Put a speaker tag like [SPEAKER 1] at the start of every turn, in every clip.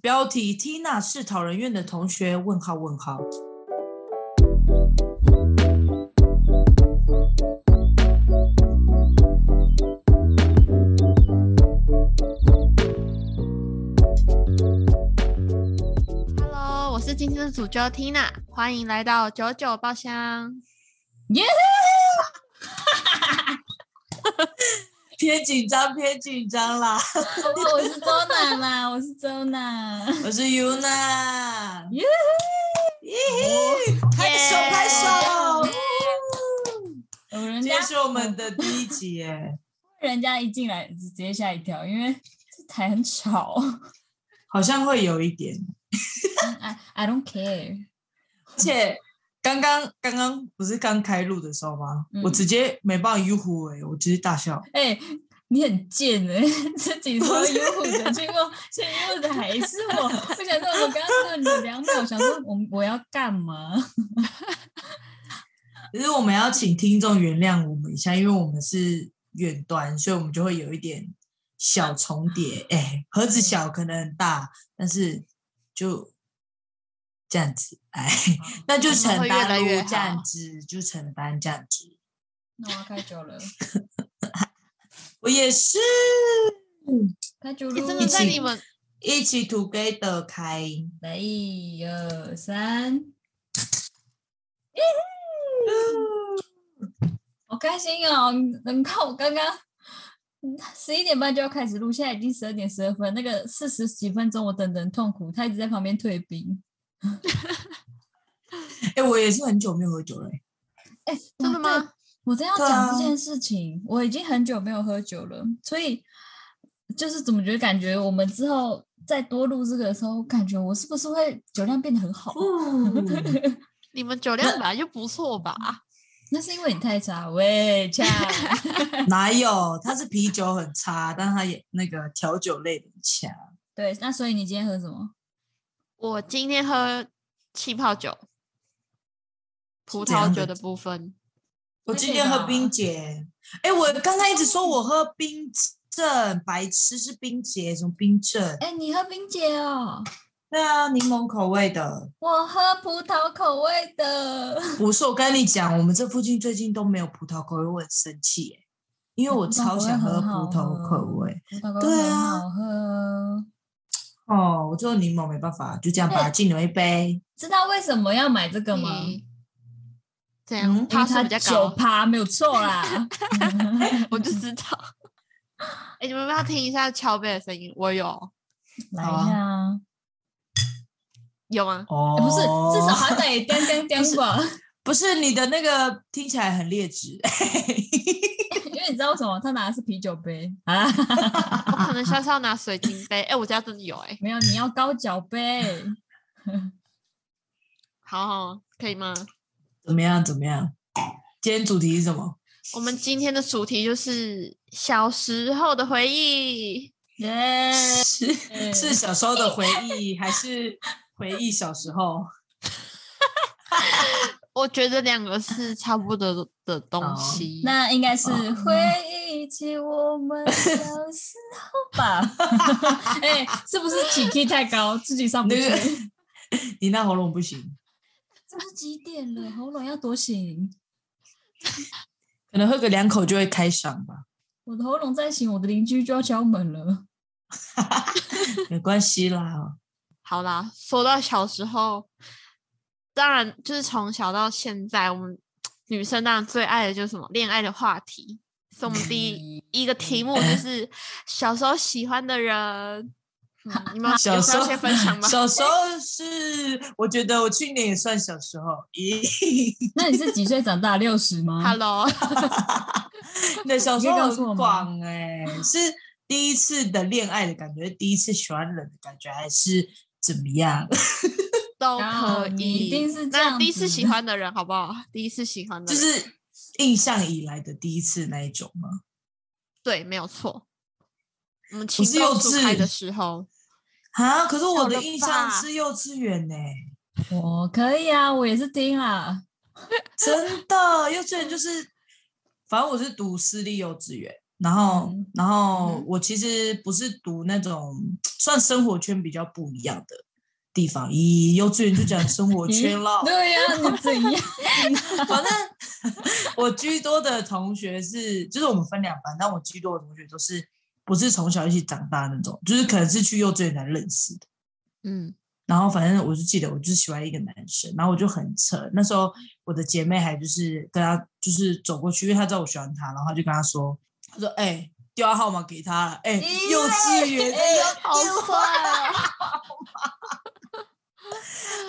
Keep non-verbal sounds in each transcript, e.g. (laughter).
[SPEAKER 1] 标题：Tina 是讨人厌的同学？问号问号。
[SPEAKER 2] Hello，我是今天的主角 Tina，欢迎来到九九包厢。
[SPEAKER 1] 耶！偏紧张，偏紧张啦！
[SPEAKER 3] (laughs) 我是周娜啦，我是周娜。
[SPEAKER 1] 我是 Yuna，
[SPEAKER 3] 耶
[SPEAKER 1] 耶嘿！拍手，拍
[SPEAKER 2] 哦
[SPEAKER 1] 手！
[SPEAKER 3] 有哦人
[SPEAKER 1] 今
[SPEAKER 3] 家
[SPEAKER 1] 天是我们的第一集耶，
[SPEAKER 3] 人家一进来直接吓一跳，因为这台很吵。
[SPEAKER 1] 好像会有一点，
[SPEAKER 3] I I don't care。
[SPEAKER 1] 而且刚刚刚刚不是刚开录的时候吗？
[SPEAKER 3] 嗯
[SPEAKER 1] 我直接没办法哟呼哎，我直接大笑。
[SPEAKER 3] 哎、你很贱哎、 (laughs) 自己说
[SPEAKER 1] 不是
[SPEAKER 3] 优酷的，结果现在优的还是我。我想说，我刚刚问你两秒，想说我我要干嘛？
[SPEAKER 1] 只是我们要请听众原谅我们一下，因为我们是远端，所以我们就会有一点小重叠。哎、盒子小可能很大，但是就这样子，哎，那就承
[SPEAKER 2] 嗯我们会越
[SPEAKER 1] 担
[SPEAKER 2] 来越
[SPEAKER 1] 撸
[SPEAKER 2] 好
[SPEAKER 1] 这样子，就承担这样子。
[SPEAKER 3] 那我要开酒了，
[SPEAKER 1] 我也是
[SPEAKER 3] 开酒
[SPEAKER 2] 你
[SPEAKER 3] 了，
[SPEAKER 2] 真的在
[SPEAKER 1] 一起
[SPEAKER 2] 你们
[SPEAKER 1] 一起 together 开，
[SPEAKER 3] 来一二三，好开心哦！能看我刚刚十一点半就要开始录，现在已经十二点十二分，那个四十几分钟我等得很痛苦，他一直在旁边退兵。
[SPEAKER 1] 哎、我也是很久没有喝酒了、欸
[SPEAKER 3] 哎、
[SPEAKER 2] 真的
[SPEAKER 3] 哇对
[SPEAKER 2] 吗？
[SPEAKER 3] 我真要
[SPEAKER 1] 对
[SPEAKER 3] 讲
[SPEAKER 1] 啊
[SPEAKER 3] 这件事情，我已经很久没有喝酒了，所以就是怎么觉得感觉我们之后再多录这个的时候，感觉我是不是会酒量变得很好？啊
[SPEAKER 1] 嗯，
[SPEAKER 2] 哦你们酒量本来就不错吧？
[SPEAKER 3] 那是因为你太差，喂，恰
[SPEAKER 1] (laughs) 哪有？他是啤酒很差，但他也那个调酒类很强。
[SPEAKER 3] 对，那所以你今天喝什么？
[SPEAKER 2] 我今天喝气泡酒，葡
[SPEAKER 1] 怎样
[SPEAKER 2] 萄
[SPEAKER 1] 的
[SPEAKER 2] 酒的部分。
[SPEAKER 1] 我
[SPEAKER 3] 那
[SPEAKER 1] 今
[SPEAKER 3] 个
[SPEAKER 1] 天喝
[SPEAKER 3] 吧
[SPEAKER 1] 冰姐，哎、我刚才一直
[SPEAKER 3] 嗯
[SPEAKER 1] 说我喝冰镇，白痴是冰姐，什么冰镇？
[SPEAKER 3] 哎、你喝冰姐哦，
[SPEAKER 1] 对啊，柠檬口味的。
[SPEAKER 3] 我喝葡萄口味的。 (laughs)
[SPEAKER 1] 不是，我跟你讲，我们这附近最近都没有葡萄口味，我很生气耶、因为我
[SPEAKER 3] 葡萄
[SPEAKER 1] 超
[SPEAKER 3] 口味
[SPEAKER 1] 想喝
[SPEAKER 3] 很
[SPEAKER 1] 葡
[SPEAKER 3] 好
[SPEAKER 1] 萄口
[SPEAKER 3] 喝
[SPEAKER 1] 味。
[SPEAKER 3] 葡萄口
[SPEAKER 1] 对
[SPEAKER 3] 味很
[SPEAKER 1] 啊
[SPEAKER 3] 好喝。
[SPEAKER 1] 哦，我只有柠檬没办法，就这样吧，
[SPEAKER 3] 哎
[SPEAKER 1] 敬你们一杯。
[SPEAKER 3] 知道为什么要买这个吗？
[SPEAKER 2] 你怎
[SPEAKER 1] 嗯
[SPEAKER 2] 样？
[SPEAKER 3] 因为
[SPEAKER 2] 趴数
[SPEAKER 3] 它
[SPEAKER 2] 比较
[SPEAKER 3] 九 (laughs)
[SPEAKER 2] 高，
[SPEAKER 3] 趴没有错
[SPEAKER 1] (laughs)
[SPEAKER 3] 啦。
[SPEAKER 2] 我就知道。哎、你们要不要听一下敲杯的声音？我有，
[SPEAKER 3] 来
[SPEAKER 1] 好啊
[SPEAKER 3] 呀，
[SPEAKER 2] 有吗？
[SPEAKER 1] 哦
[SPEAKER 3] 哎不是，至少还
[SPEAKER 1] (laughs)
[SPEAKER 3] 得叮叮叮吧？
[SPEAKER 1] 不是你的那个听起来很劣质。
[SPEAKER 3] (laughs)
[SPEAKER 1] (laughs)
[SPEAKER 3] 因为你知道为什么？他拿的是啤酒杯啊，
[SPEAKER 2] 我可能下次要拿水晶杯。哎、我家真的有哎、
[SPEAKER 3] 没有，你要高
[SPEAKER 1] (laughs)
[SPEAKER 3] 脚杯。
[SPEAKER 2] 好好，可以吗？
[SPEAKER 1] 怎么样？怎么样？今天主题是什么？ (laughs)
[SPEAKER 2] 我们今天的主题就是小时候的回忆。
[SPEAKER 3] 耶，
[SPEAKER 1] 是是小时候的回忆，还是回忆小时候？
[SPEAKER 2] 我觉得两个是差不多的的
[SPEAKER 1] 哦
[SPEAKER 2] 东西。
[SPEAKER 3] 那应该是回忆起我们小时
[SPEAKER 1] (laughs)
[SPEAKER 3] 候吧？哎，是不是起 K 太高，自己上不去
[SPEAKER 1] 那？个你那喉咙不行，
[SPEAKER 3] 这不是几点了？喉咙要多醒，
[SPEAKER 1] 可能喝个两口就会开嗓吧。
[SPEAKER 3] 我的喉咙再醒，我的邻居就要敲门了。
[SPEAKER 1] 没关系
[SPEAKER 3] (laughs)
[SPEAKER 1] 啦，
[SPEAKER 2] 好啦，说到小时候，当然就是从小到现在，我们女生当然最爱的就是什么恋爱的话题。所以我们第
[SPEAKER 1] 嗯
[SPEAKER 2] 一一个题目就是小时候喜欢的人。嗯、你们
[SPEAKER 1] 小
[SPEAKER 2] 有
[SPEAKER 1] 时
[SPEAKER 2] 需要
[SPEAKER 1] 候
[SPEAKER 2] 先分享吗？
[SPEAKER 1] 小时候是，我觉得我去年也算小时候。咦，
[SPEAKER 3] 那你是几岁长大？ (laughs) 六十吗
[SPEAKER 2] Hello， (laughs)
[SPEAKER 1] 那小时
[SPEAKER 3] 你可以
[SPEAKER 1] 候
[SPEAKER 3] 告诉我
[SPEAKER 1] 很
[SPEAKER 3] 吗
[SPEAKER 1] 广哎、是第一次的恋爱的感觉，第一次喜欢人的感觉，还是怎么样？
[SPEAKER 3] (laughs)
[SPEAKER 2] 都
[SPEAKER 3] 啊
[SPEAKER 2] 可以。
[SPEAKER 3] 你一定是这
[SPEAKER 2] 那
[SPEAKER 3] 样
[SPEAKER 2] 第一次
[SPEAKER 3] 子
[SPEAKER 2] 喜欢的人，好不好？第一次喜欢的
[SPEAKER 1] 就
[SPEAKER 2] 人，
[SPEAKER 1] 是印象以来的第一次那一种吗？
[SPEAKER 2] 对，没有错。我们
[SPEAKER 1] 是
[SPEAKER 2] 情
[SPEAKER 1] 幼
[SPEAKER 2] 窦初开
[SPEAKER 1] 稚
[SPEAKER 2] 的时候，
[SPEAKER 1] 啊，可是我
[SPEAKER 2] 小
[SPEAKER 1] 的
[SPEAKER 2] 了
[SPEAKER 1] 印象
[SPEAKER 2] 吧
[SPEAKER 1] 是幼稚园呢、
[SPEAKER 3] 我可以啊，我也是听啊。 (laughs)
[SPEAKER 1] 真的，幼稚园就是，反正我是读私立幼稚园，然后，
[SPEAKER 3] 嗯
[SPEAKER 1] 然后
[SPEAKER 3] 嗯，
[SPEAKER 1] 我其实不是读那种算生活圈比较不一样的地方，以幼稚园就讲生活圈咯
[SPEAKER 3] (laughs) 对呀、你怎
[SPEAKER 1] (laughs)
[SPEAKER 3] 样？
[SPEAKER 1] 反正 (laughs) 我居多的同学是，就是我们分两班，但我居多的同学都是不是从小一起长大那种，就是可能是去幼稚园才认识的。
[SPEAKER 2] 嗯，
[SPEAKER 1] 然后反正我就记得，我就喜欢一个男生，然后我就很扯。那时候我的姐妹还就是跟他就是走过去，因为她知道我喜欢他，然后她就跟他说，她说：“哎、电话号码给他了，哎、
[SPEAKER 3] 咦哎
[SPEAKER 1] 幼稚园的
[SPEAKER 3] (laughs)
[SPEAKER 1] 幼
[SPEAKER 2] 好帅啊！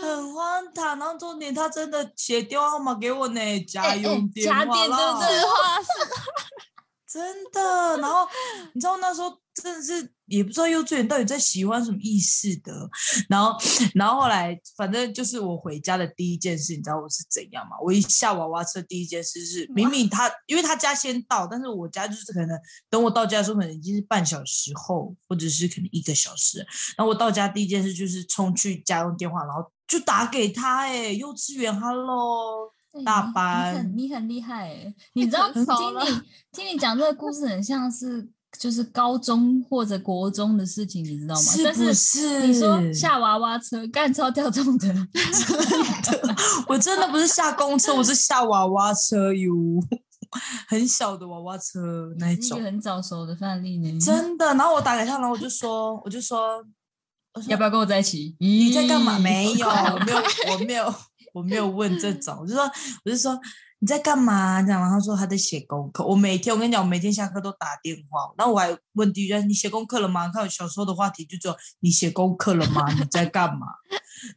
[SPEAKER 1] 很荒唐。”然后重点他真的写电话号码给我呢，家用
[SPEAKER 3] 哎
[SPEAKER 1] 电话
[SPEAKER 3] 家
[SPEAKER 1] 啦，
[SPEAKER 3] 电对不对
[SPEAKER 2] 实话是
[SPEAKER 1] 真的。然
[SPEAKER 3] (laughs)
[SPEAKER 1] 后你知道那时候真的是也不知道幼稚园到底在喜欢什么意思的。然后，然后后来反正就是我回家的第一件事，你知道我是怎样吗？我一下娃娃车，第一件事是明明他因为他家先到，但是我家就是可能等我到家的时候，可能已经是半小时后，或者是可能一个小时。然后我到家第一件事就是冲去家用电话，然后就打给他、哎，幼稚园，hello。大班
[SPEAKER 3] 哎你你很你很厉害、欸，你知
[SPEAKER 1] (laughs)
[SPEAKER 3] 道
[SPEAKER 2] 很
[SPEAKER 3] 听
[SPEAKER 2] 少了
[SPEAKER 3] 你听你讲这个故事，很像是就是高中或者国中的事情，你知道吗？
[SPEAKER 1] 是
[SPEAKER 3] 哦但
[SPEAKER 1] 不
[SPEAKER 3] 是
[SPEAKER 1] 是
[SPEAKER 3] 你说下
[SPEAKER 1] 嗯
[SPEAKER 3] 娃娃车干超掉重的，
[SPEAKER 1] 我真的不是下公车，我是下娃娃车哟，很小的娃娃车那一
[SPEAKER 3] 是一个
[SPEAKER 1] 种，
[SPEAKER 3] 很早熟的范例呢。
[SPEAKER 1] 真的。然后我打给他，然后我就说，我就说
[SPEAKER 3] 要不要跟我在一起？咦
[SPEAKER 1] 你在干嘛？
[SPEAKER 3] 嗯
[SPEAKER 1] 没有，我没有，我没有，我没有问这种，我就说，我就说你在干嘛？这样，然后他说他在写功课。我每天，我跟你讲，我每天下课都打电话，然后我还问第一句，你写功课了吗？看我小时候的话题就只有你写功课了吗？你在干嘛？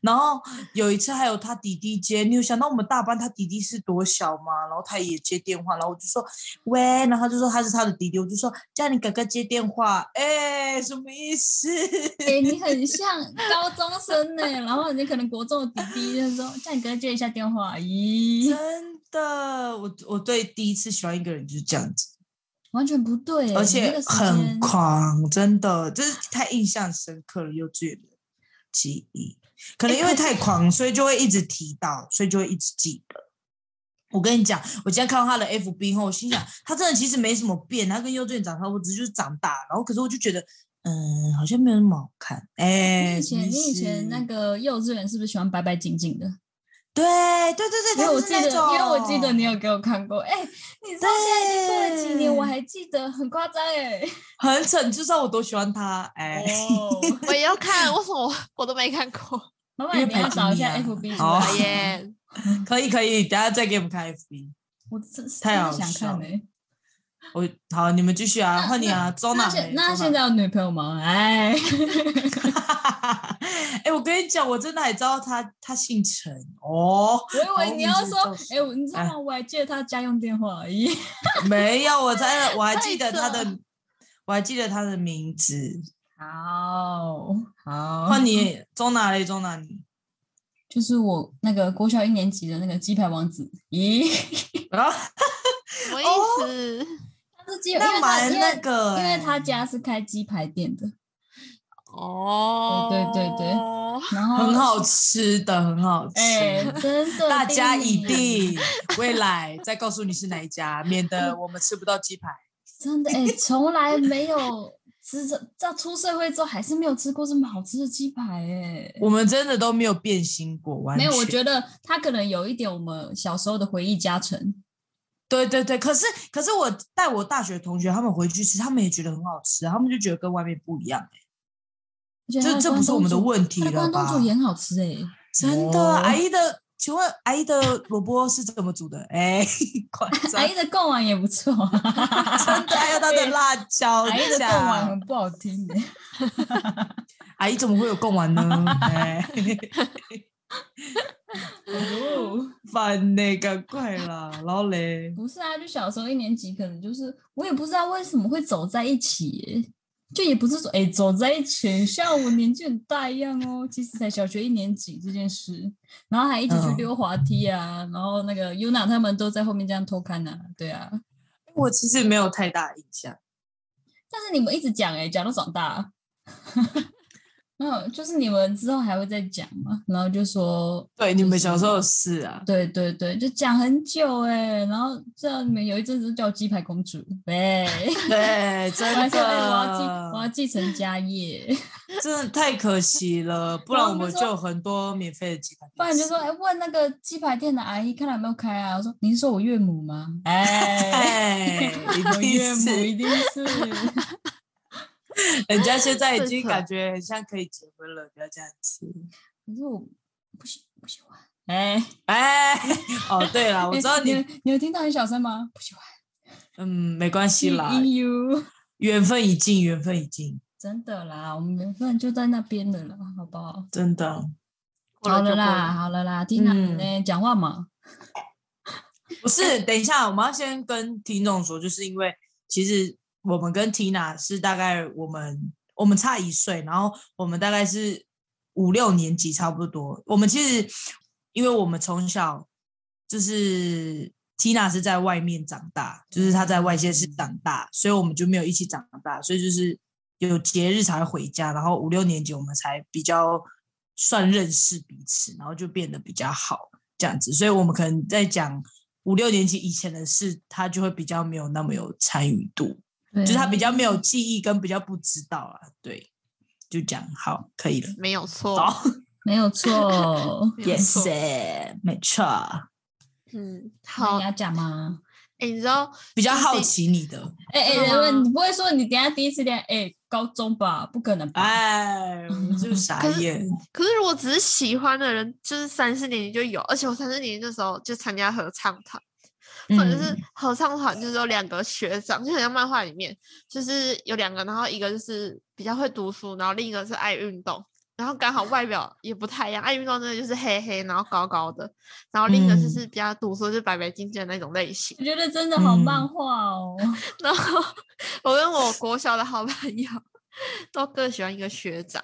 [SPEAKER 1] 然后有一次还有他弟弟接，你有想到我们大班他弟弟是多小吗？然后他也接电话，然后我就说喂，然后他就说他是他的弟弟，我就说叫你哥哥接电话，哎、什么意思？
[SPEAKER 3] (laughs) 哎、你很像高中生呢、然后你可能国中的弟弟就说叫你跟他接一下电话，咦，
[SPEAKER 1] 真的，我我对第一次喜欢一个人就是这样子，
[SPEAKER 3] 完全不
[SPEAKER 1] 而
[SPEAKER 3] 对、欸，你那
[SPEAKER 1] 且
[SPEAKER 3] 个时
[SPEAKER 1] 很
[SPEAKER 3] 间
[SPEAKER 1] 狂，真的，就是太印象深刻了，幼稚园的记忆。可能因为太狂，所以就会一直提到，所以就会一直记得。我跟你讲，我今天看到他的 FB 后，我心想他真的其实没什么变，他跟幼稚园长差不多，只是就是长大。然后可是我就觉得，嗯，好像没有那么好看。哎、
[SPEAKER 3] 你以前
[SPEAKER 1] 真
[SPEAKER 3] 你以前
[SPEAKER 1] 是
[SPEAKER 3] 那个幼稚园是不是喜欢白白净净的？
[SPEAKER 1] 对对对
[SPEAKER 3] 因
[SPEAKER 1] 对，
[SPEAKER 3] 为我
[SPEAKER 1] 他
[SPEAKER 3] 记
[SPEAKER 1] 就是
[SPEAKER 3] 得，
[SPEAKER 1] 那种
[SPEAKER 3] 因为我记得你有给我看过。哎、你知道现在已经过了几年，我
[SPEAKER 1] 对
[SPEAKER 3] 还记得，很夸张哎。
[SPEAKER 1] 很扯，你就知道我多喜欢他。
[SPEAKER 3] (laughs)
[SPEAKER 1] 哎、
[SPEAKER 3] 哦，
[SPEAKER 2] 我也要看，为什么我我都没看过？
[SPEAKER 3] 妈
[SPEAKER 1] 因
[SPEAKER 3] 妈，
[SPEAKER 1] 为
[SPEAKER 3] 你
[SPEAKER 1] 白
[SPEAKER 3] 要
[SPEAKER 1] 金
[SPEAKER 3] 找一下
[SPEAKER 1] 呀
[SPEAKER 3] FB 出
[SPEAKER 1] 好
[SPEAKER 2] 讨
[SPEAKER 3] 来耶！
[SPEAKER 2] 厌，
[SPEAKER 1] 可以可以，等下再给你们看 FB。
[SPEAKER 3] 我真是
[SPEAKER 1] 太
[SPEAKER 3] 真的
[SPEAKER 1] 好
[SPEAKER 3] 想
[SPEAKER 1] 笑
[SPEAKER 3] 看
[SPEAKER 1] 了
[SPEAKER 3] 哎。
[SPEAKER 1] 我好，你们继续啊，
[SPEAKER 3] 那
[SPEAKER 1] 换你啊，周
[SPEAKER 3] 那
[SPEAKER 1] 娜
[SPEAKER 3] 现
[SPEAKER 1] 美。
[SPEAKER 3] 那
[SPEAKER 1] 周
[SPEAKER 3] 现
[SPEAKER 1] 娜
[SPEAKER 3] 在
[SPEAKER 1] (laughs)
[SPEAKER 3] 有女朋友吗？哎，
[SPEAKER 1] 美，哎、我跟你讲，我真的还知道他，他姓陈哦，
[SPEAKER 3] 我以为你要说
[SPEAKER 1] 哦，
[SPEAKER 3] 哎，我你知道
[SPEAKER 1] 哎
[SPEAKER 3] 吗？我还记得他家用电话而已。
[SPEAKER 1] (laughs) 没有，我才我还记得他
[SPEAKER 2] 太扯
[SPEAKER 1] 的，我还记得他的名字。
[SPEAKER 3] 好，好，
[SPEAKER 1] 换你，周娜嘞，周娜你。
[SPEAKER 3] 就是我那个国小一年级的那个鸡排王子。咦， (laughs)
[SPEAKER 1] 啊，
[SPEAKER 2] 什么意思？
[SPEAKER 3] 他是鸡，因为
[SPEAKER 1] 那
[SPEAKER 3] 他
[SPEAKER 1] 蛮
[SPEAKER 3] 因
[SPEAKER 1] 那
[SPEAKER 3] 为
[SPEAKER 1] 个、
[SPEAKER 3] 因
[SPEAKER 1] 欸，
[SPEAKER 3] 为他家是开鸡排
[SPEAKER 1] (laughs)
[SPEAKER 3] 店的。
[SPEAKER 2] 哦，
[SPEAKER 3] 对对对然后
[SPEAKER 1] 很好吃的，很好吃。
[SPEAKER 3] 哎、真的，
[SPEAKER 1] 大家
[SPEAKER 3] 叮
[SPEAKER 1] 一定
[SPEAKER 3] 啊
[SPEAKER 1] 未来再告诉你是哪一家，免得我们吃不到鸡
[SPEAKER 3] (laughs)
[SPEAKER 1] 排。
[SPEAKER 3] 真的哎、从来没有吃着，到出社会之后还是没有吃过这么好吃的鸡排哎、
[SPEAKER 1] 我们真的都没有变心过，完
[SPEAKER 3] 没有，我
[SPEAKER 1] 得
[SPEAKER 3] 觉得它可能有一点我们小时候的回忆加成。
[SPEAKER 1] 对对对。可是可是我带我大学同学他们回去吃，他们也觉得很好吃，他们就觉得跟外面不一样、
[SPEAKER 3] 而且它
[SPEAKER 1] 这
[SPEAKER 3] 的
[SPEAKER 1] 这不
[SPEAKER 3] 关
[SPEAKER 1] 是我
[SPEAKER 3] 东
[SPEAKER 1] 们的
[SPEAKER 3] 煮
[SPEAKER 1] 问题
[SPEAKER 3] 它的
[SPEAKER 1] 了
[SPEAKER 3] 关东
[SPEAKER 1] 吧
[SPEAKER 3] 煮？也很好吃哎、
[SPEAKER 1] (laughs) 真的，啊
[SPEAKER 3] 哦
[SPEAKER 1] 阿姨的，请问阿姨的萝卜是怎么煮的？哎， (laughs) 夸
[SPEAKER 3] 阿
[SPEAKER 1] 张，
[SPEAKER 3] 姨的贡丸也不错，啊
[SPEAKER 1] (laughs) 真的，还有她的辣椒
[SPEAKER 3] 阿姨的贡丸
[SPEAKER 1] 酱。
[SPEAKER 3] 很不好听、
[SPEAKER 1] (laughs)
[SPEAKER 3] 欸。
[SPEAKER 1] 阿姨怎么会有贡丸 (laughs) 呢？哎，
[SPEAKER 3] 哦，
[SPEAKER 1] 烦呢，赶快啦，然后嘞。
[SPEAKER 3] 不是啊，就小时候一年级可能就是我也不知道为什么会走在一起耶，就也不是说哎、走在一起，像我年纪很大一样哦。其实才小学一年级这件事，然后还一起去
[SPEAKER 1] 嗯
[SPEAKER 3] 溜滑梯啊，然后那个 Yuna 他们都在后面这样偷看啊，对啊。
[SPEAKER 1] 我其实没有太大印象，
[SPEAKER 3] 欸 (laughs) 但是你们一直讲哎、讲到长大。嗯，就是你们之后还会再讲嘛，然后就说
[SPEAKER 1] 对，你们小时候是啊，
[SPEAKER 3] 对对对，就讲很久哎、然后这样你们有一阵子叫我鸡排公主，
[SPEAKER 1] (laughs)
[SPEAKER 3] 喂，
[SPEAKER 1] 对，
[SPEAKER 3] 我
[SPEAKER 1] 真
[SPEAKER 3] 还说、哎我要继我
[SPEAKER 1] 的
[SPEAKER 3] 要，继承家业，
[SPEAKER 1] 真的太可惜了，不
[SPEAKER 3] 然
[SPEAKER 1] 然
[SPEAKER 3] 后
[SPEAKER 1] 我
[SPEAKER 3] 我
[SPEAKER 1] 们
[SPEAKER 3] 就
[SPEAKER 1] 就
[SPEAKER 3] 说
[SPEAKER 1] 有很多免费的鸡排。
[SPEAKER 3] 不然就说哎、问那个鸡排店的阿姨看她有没有开啊，我说你是说我岳母吗？
[SPEAKER 1] (laughs)
[SPEAKER 3] 哎、
[SPEAKER 1] 哎，一
[SPEAKER 3] 我
[SPEAKER 1] 定
[SPEAKER 3] 岳母
[SPEAKER 1] 是
[SPEAKER 3] 一定
[SPEAKER 1] (laughs)
[SPEAKER 3] 是，
[SPEAKER 1] 人家现在已经
[SPEAKER 2] 是
[SPEAKER 1] 感觉很像可以结婚了，不要这样子。
[SPEAKER 3] 可是我不喜不喜欢，哎、
[SPEAKER 1] 哎，哦，对了，我知道
[SPEAKER 3] 哎你
[SPEAKER 1] 你
[SPEAKER 3] (laughs) 有，你有听到很小声吗？不喜欢
[SPEAKER 1] 嗯，没关系啦，
[SPEAKER 3] ，you。
[SPEAKER 1] 缘分已尽，缘分已尽，
[SPEAKER 3] (laughs) 真的啦，我们缘分就在那边的了，好不好？
[SPEAKER 1] 真的
[SPEAKER 2] 过
[SPEAKER 3] 好
[SPEAKER 2] 就
[SPEAKER 3] 了
[SPEAKER 2] 过
[SPEAKER 3] 啦，
[SPEAKER 2] 了，
[SPEAKER 3] 好了啦，听他
[SPEAKER 1] 嗯
[SPEAKER 3] 呢讲话嘛。
[SPEAKER 1] 不是。等一下，我们要先跟听众说，就是因为其实我们跟 Tina 是大概我们我们差一岁，然后我们大概是五六年级差不多。我们其实因为我们从小就是 Tina 是在外面长大，就是她在外县市长大，所以我们就没有一起长大，所以就是有节日才会回家，然后五六年级我们才比较算认识彼此，然后就变得比较好这样子，所以我们可能在讲。五六年级以前的事，她就会比较没有那么有参与度。
[SPEAKER 3] 就
[SPEAKER 1] 就是他
[SPEAKER 2] 嗯
[SPEAKER 1] 比较没有记忆跟比较不知道啊，对，就这样，好，可以了。
[SPEAKER 2] 没有错，，
[SPEAKER 1] 好
[SPEAKER 3] 没有错
[SPEAKER 2] 哦没有
[SPEAKER 1] ，yes，
[SPEAKER 2] 错
[SPEAKER 1] eh，没错。
[SPEAKER 2] 嗯，
[SPEAKER 3] 那
[SPEAKER 2] 好
[SPEAKER 3] 你，要讲吗？
[SPEAKER 2] 哎，你知道
[SPEAKER 1] 比较好奇你的，
[SPEAKER 3] 哎哎，
[SPEAKER 2] 真的吗
[SPEAKER 3] 你不会说你等一下第一次恋爱，哎，高中吧？不可能吧？
[SPEAKER 1] 哎，我
[SPEAKER 2] (laughs)
[SPEAKER 1] 就傻
[SPEAKER 2] 可是
[SPEAKER 1] 眼。
[SPEAKER 2] 可是如果只是喜欢的人，就是三四年级就有，而且我三四年级那时候就参加合唱团，或者是
[SPEAKER 1] 嗯
[SPEAKER 2] 合唱团就是有两个学长，就很像漫画里面，就是有两个，然后一个就是比较会读书，然后另一个是爱运动，然后刚好外表也不太一样，爱运动真的就是黑黑，然后高高的，然后另一个就
[SPEAKER 1] 嗯
[SPEAKER 2] 是比较读书就是白白净净的那种类型。 (laughs)
[SPEAKER 3] 我觉得真的好
[SPEAKER 1] 嗯
[SPEAKER 3] 漫画哦。 (laughs)
[SPEAKER 2] 然后我跟我国小的好朋友都各喜欢一个学长，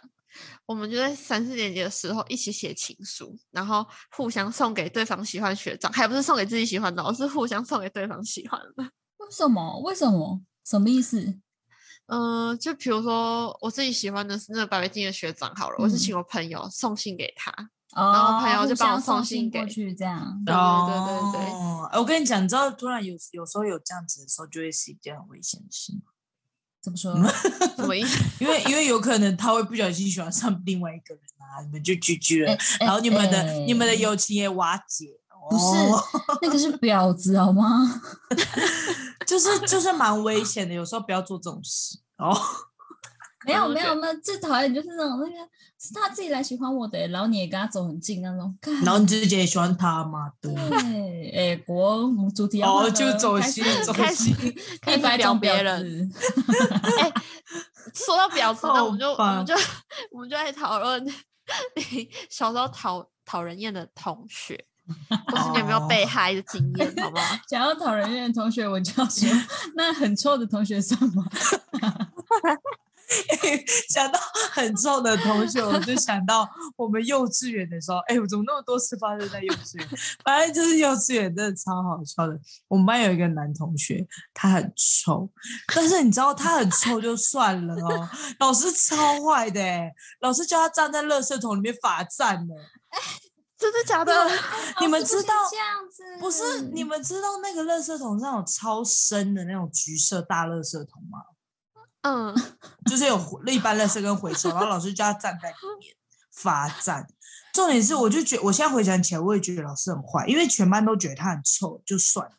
[SPEAKER 2] 我们就在三四年级的时候一起写情书，然后互相送给对方喜欢学长，还不是送给自己喜欢的哦，是互相送给对方喜欢的。
[SPEAKER 3] 为什么？为什么？什么意思？
[SPEAKER 2] 嗯、就比如说我自己喜欢的是那个白白净的学长好了，我是请我朋友送信给他，然后
[SPEAKER 3] 哦
[SPEAKER 2] 朋友就
[SPEAKER 3] 互
[SPEAKER 2] 帮我
[SPEAKER 3] 相
[SPEAKER 2] 送
[SPEAKER 3] 送
[SPEAKER 2] 信
[SPEAKER 3] 过
[SPEAKER 2] 给
[SPEAKER 3] 去，这样。
[SPEAKER 2] 对对对对对，
[SPEAKER 1] 嗯哦哎我跟你讲，你知道，突然有有时候有这样子的时候，就会是一件很危险的事，
[SPEAKER 3] 怎么说？
[SPEAKER 2] 什么意 (laughs) 思？
[SPEAKER 1] 因为因为有可能他会不小心喜欢上另外一个人啊，你们就拒绝
[SPEAKER 2] 嗯
[SPEAKER 1] 了
[SPEAKER 3] 哎，哎
[SPEAKER 1] 然后你们的
[SPEAKER 3] 哎
[SPEAKER 1] 你们的友情也瓦解。
[SPEAKER 3] 不是
[SPEAKER 1] 哦
[SPEAKER 3] 那个是婊子好吗？
[SPEAKER 1] 就是就是蛮危险的，有时候不要做这种事哦。
[SPEAKER 3] 没有
[SPEAKER 2] 我
[SPEAKER 3] 没
[SPEAKER 2] 觉
[SPEAKER 3] 有没有，最讨厌就是那种那个是他自己来喜欢我的，然后你也跟他走很近那种。干
[SPEAKER 1] 然后你自己也喜欢他嘛？对。
[SPEAKER 3] 对，哎、国我们主题要
[SPEAKER 1] 哦，
[SPEAKER 3] 换
[SPEAKER 1] 就
[SPEAKER 3] 了
[SPEAKER 1] 走
[SPEAKER 3] 开
[SPEAKER 1] 心
[SPEAKER 3] 始，
[SPEAKER 1] 走
[SPEAKER 2] 开
[SPEAKER 3] (laughs)
[SPEAKER 1] 心。
[SPEAKER 2] 开
[SPEAKER 3] 一
[SPEAKER 2] 始
[SPEAKER 3] 百
[SPEAKER 2] 表
[SPEAKER 3] 种
[SPEAKER 2] 别
[SPEAKER 3] 婊
[SPEAKER 2] 人。
[SPEAKER 3] 子，
[SPEAKER 2] 说到婊子，那我们就我
[SPEAKER 1] 好吧
[SPEAKER 2] 们就 (laughs) 我们就在讨论你小时候讨讨人厌的同学，或是你有没有被害的经验，好不好？
[SPEAKER 3] 想要讨人厌的同学，我就要说， (laughs) 那很臭的同学算吗？
[SPEAKER 1] (laughs) 想到很臭的同学，我就想到我们幼稚园的时候，哎、我怎么那么多次发生在幼稚园？ (laughs) 反正就是幼稚园真的超好笑的。我们班有一个男同学，他很臭，但是你知道他很臭就算了哦，老师超坏的、哎，老师叫他站在垃圾桶里面罚站呢、
[SPEAKER 2] (laughs) 真的假的？
[SPEAKER 1] 你们
[SPEAKER 3] 老哦师不
[SPEAKER 1] 知
[SPEAKER 3] 行
[SPEAKER 1] 道
[SPEAKER 3] 这样子
[SPEAKER 1] 不是你们知道那个垃圾桶上有超深的那种橘色大垃圾桶吗？
[SPEAKER 2] (laughs) 嗯，
[SPEAKER 1] 就是有回一般垃圾跟回收，然后老师叫他站在里面罚站。重点是，我就觉我现在回想起来，我也觉得老师很坏，因为全班都觉得他很臭，就算了，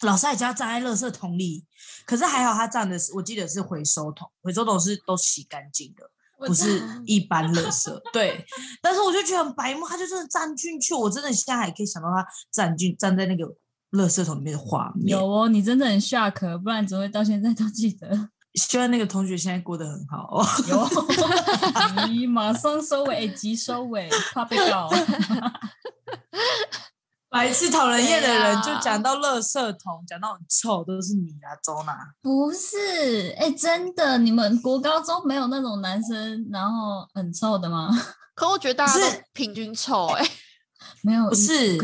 [SPEAKER 1] 老师还叫他站在垃圾桶里。可是还好他站的是，我记得是回收桶，回收桶是都洗干净的，
[SPEAKER 3] 我
[SPEAKER 1] 不
[SPEAKER 3] 知
[SPEAKER 1] 是
[SPEAKER 3] 道
[SPEAKER 1] 一般垃圾。对，但是我就觉得很白目，他就真的站进去，我真的现在还可以想到他站进站在那个垃圾桶里面的画面。
[SPEAKER 3] 有哦，你真的很 shock，不然怎么会到现在都记得？
[SPEAKER 1] 希望那个同学现在过得很好哦。 (laughs)
[SPEAKER 3] 有， (laughs) 咦，马上收尾，哎急收尾，怕被告。
[SPEAKER 1] 白痴讨人厌的
[SPEAKER 2] 对
[SPEAKER 1] 人，
[SPEAKER 2] 啊
[SPEAKER 1] 就讲到垃圾桶，讲到很臭，都是你啊，周娜。
[SPEAKER 3] 不是，哎、真的，你们国高中没有那种男生然后很臭的吗？ (laughs)
[SPEAKER 2] 可我觉得大家
[SPEAKER 1] 不
[SPEAKER 2] 都
[SPEAKER 1] 是
[SPEAKER 2] 平均臭哎、
[SPEAKER 3] 没有，
[SPEAKER 1] 不是，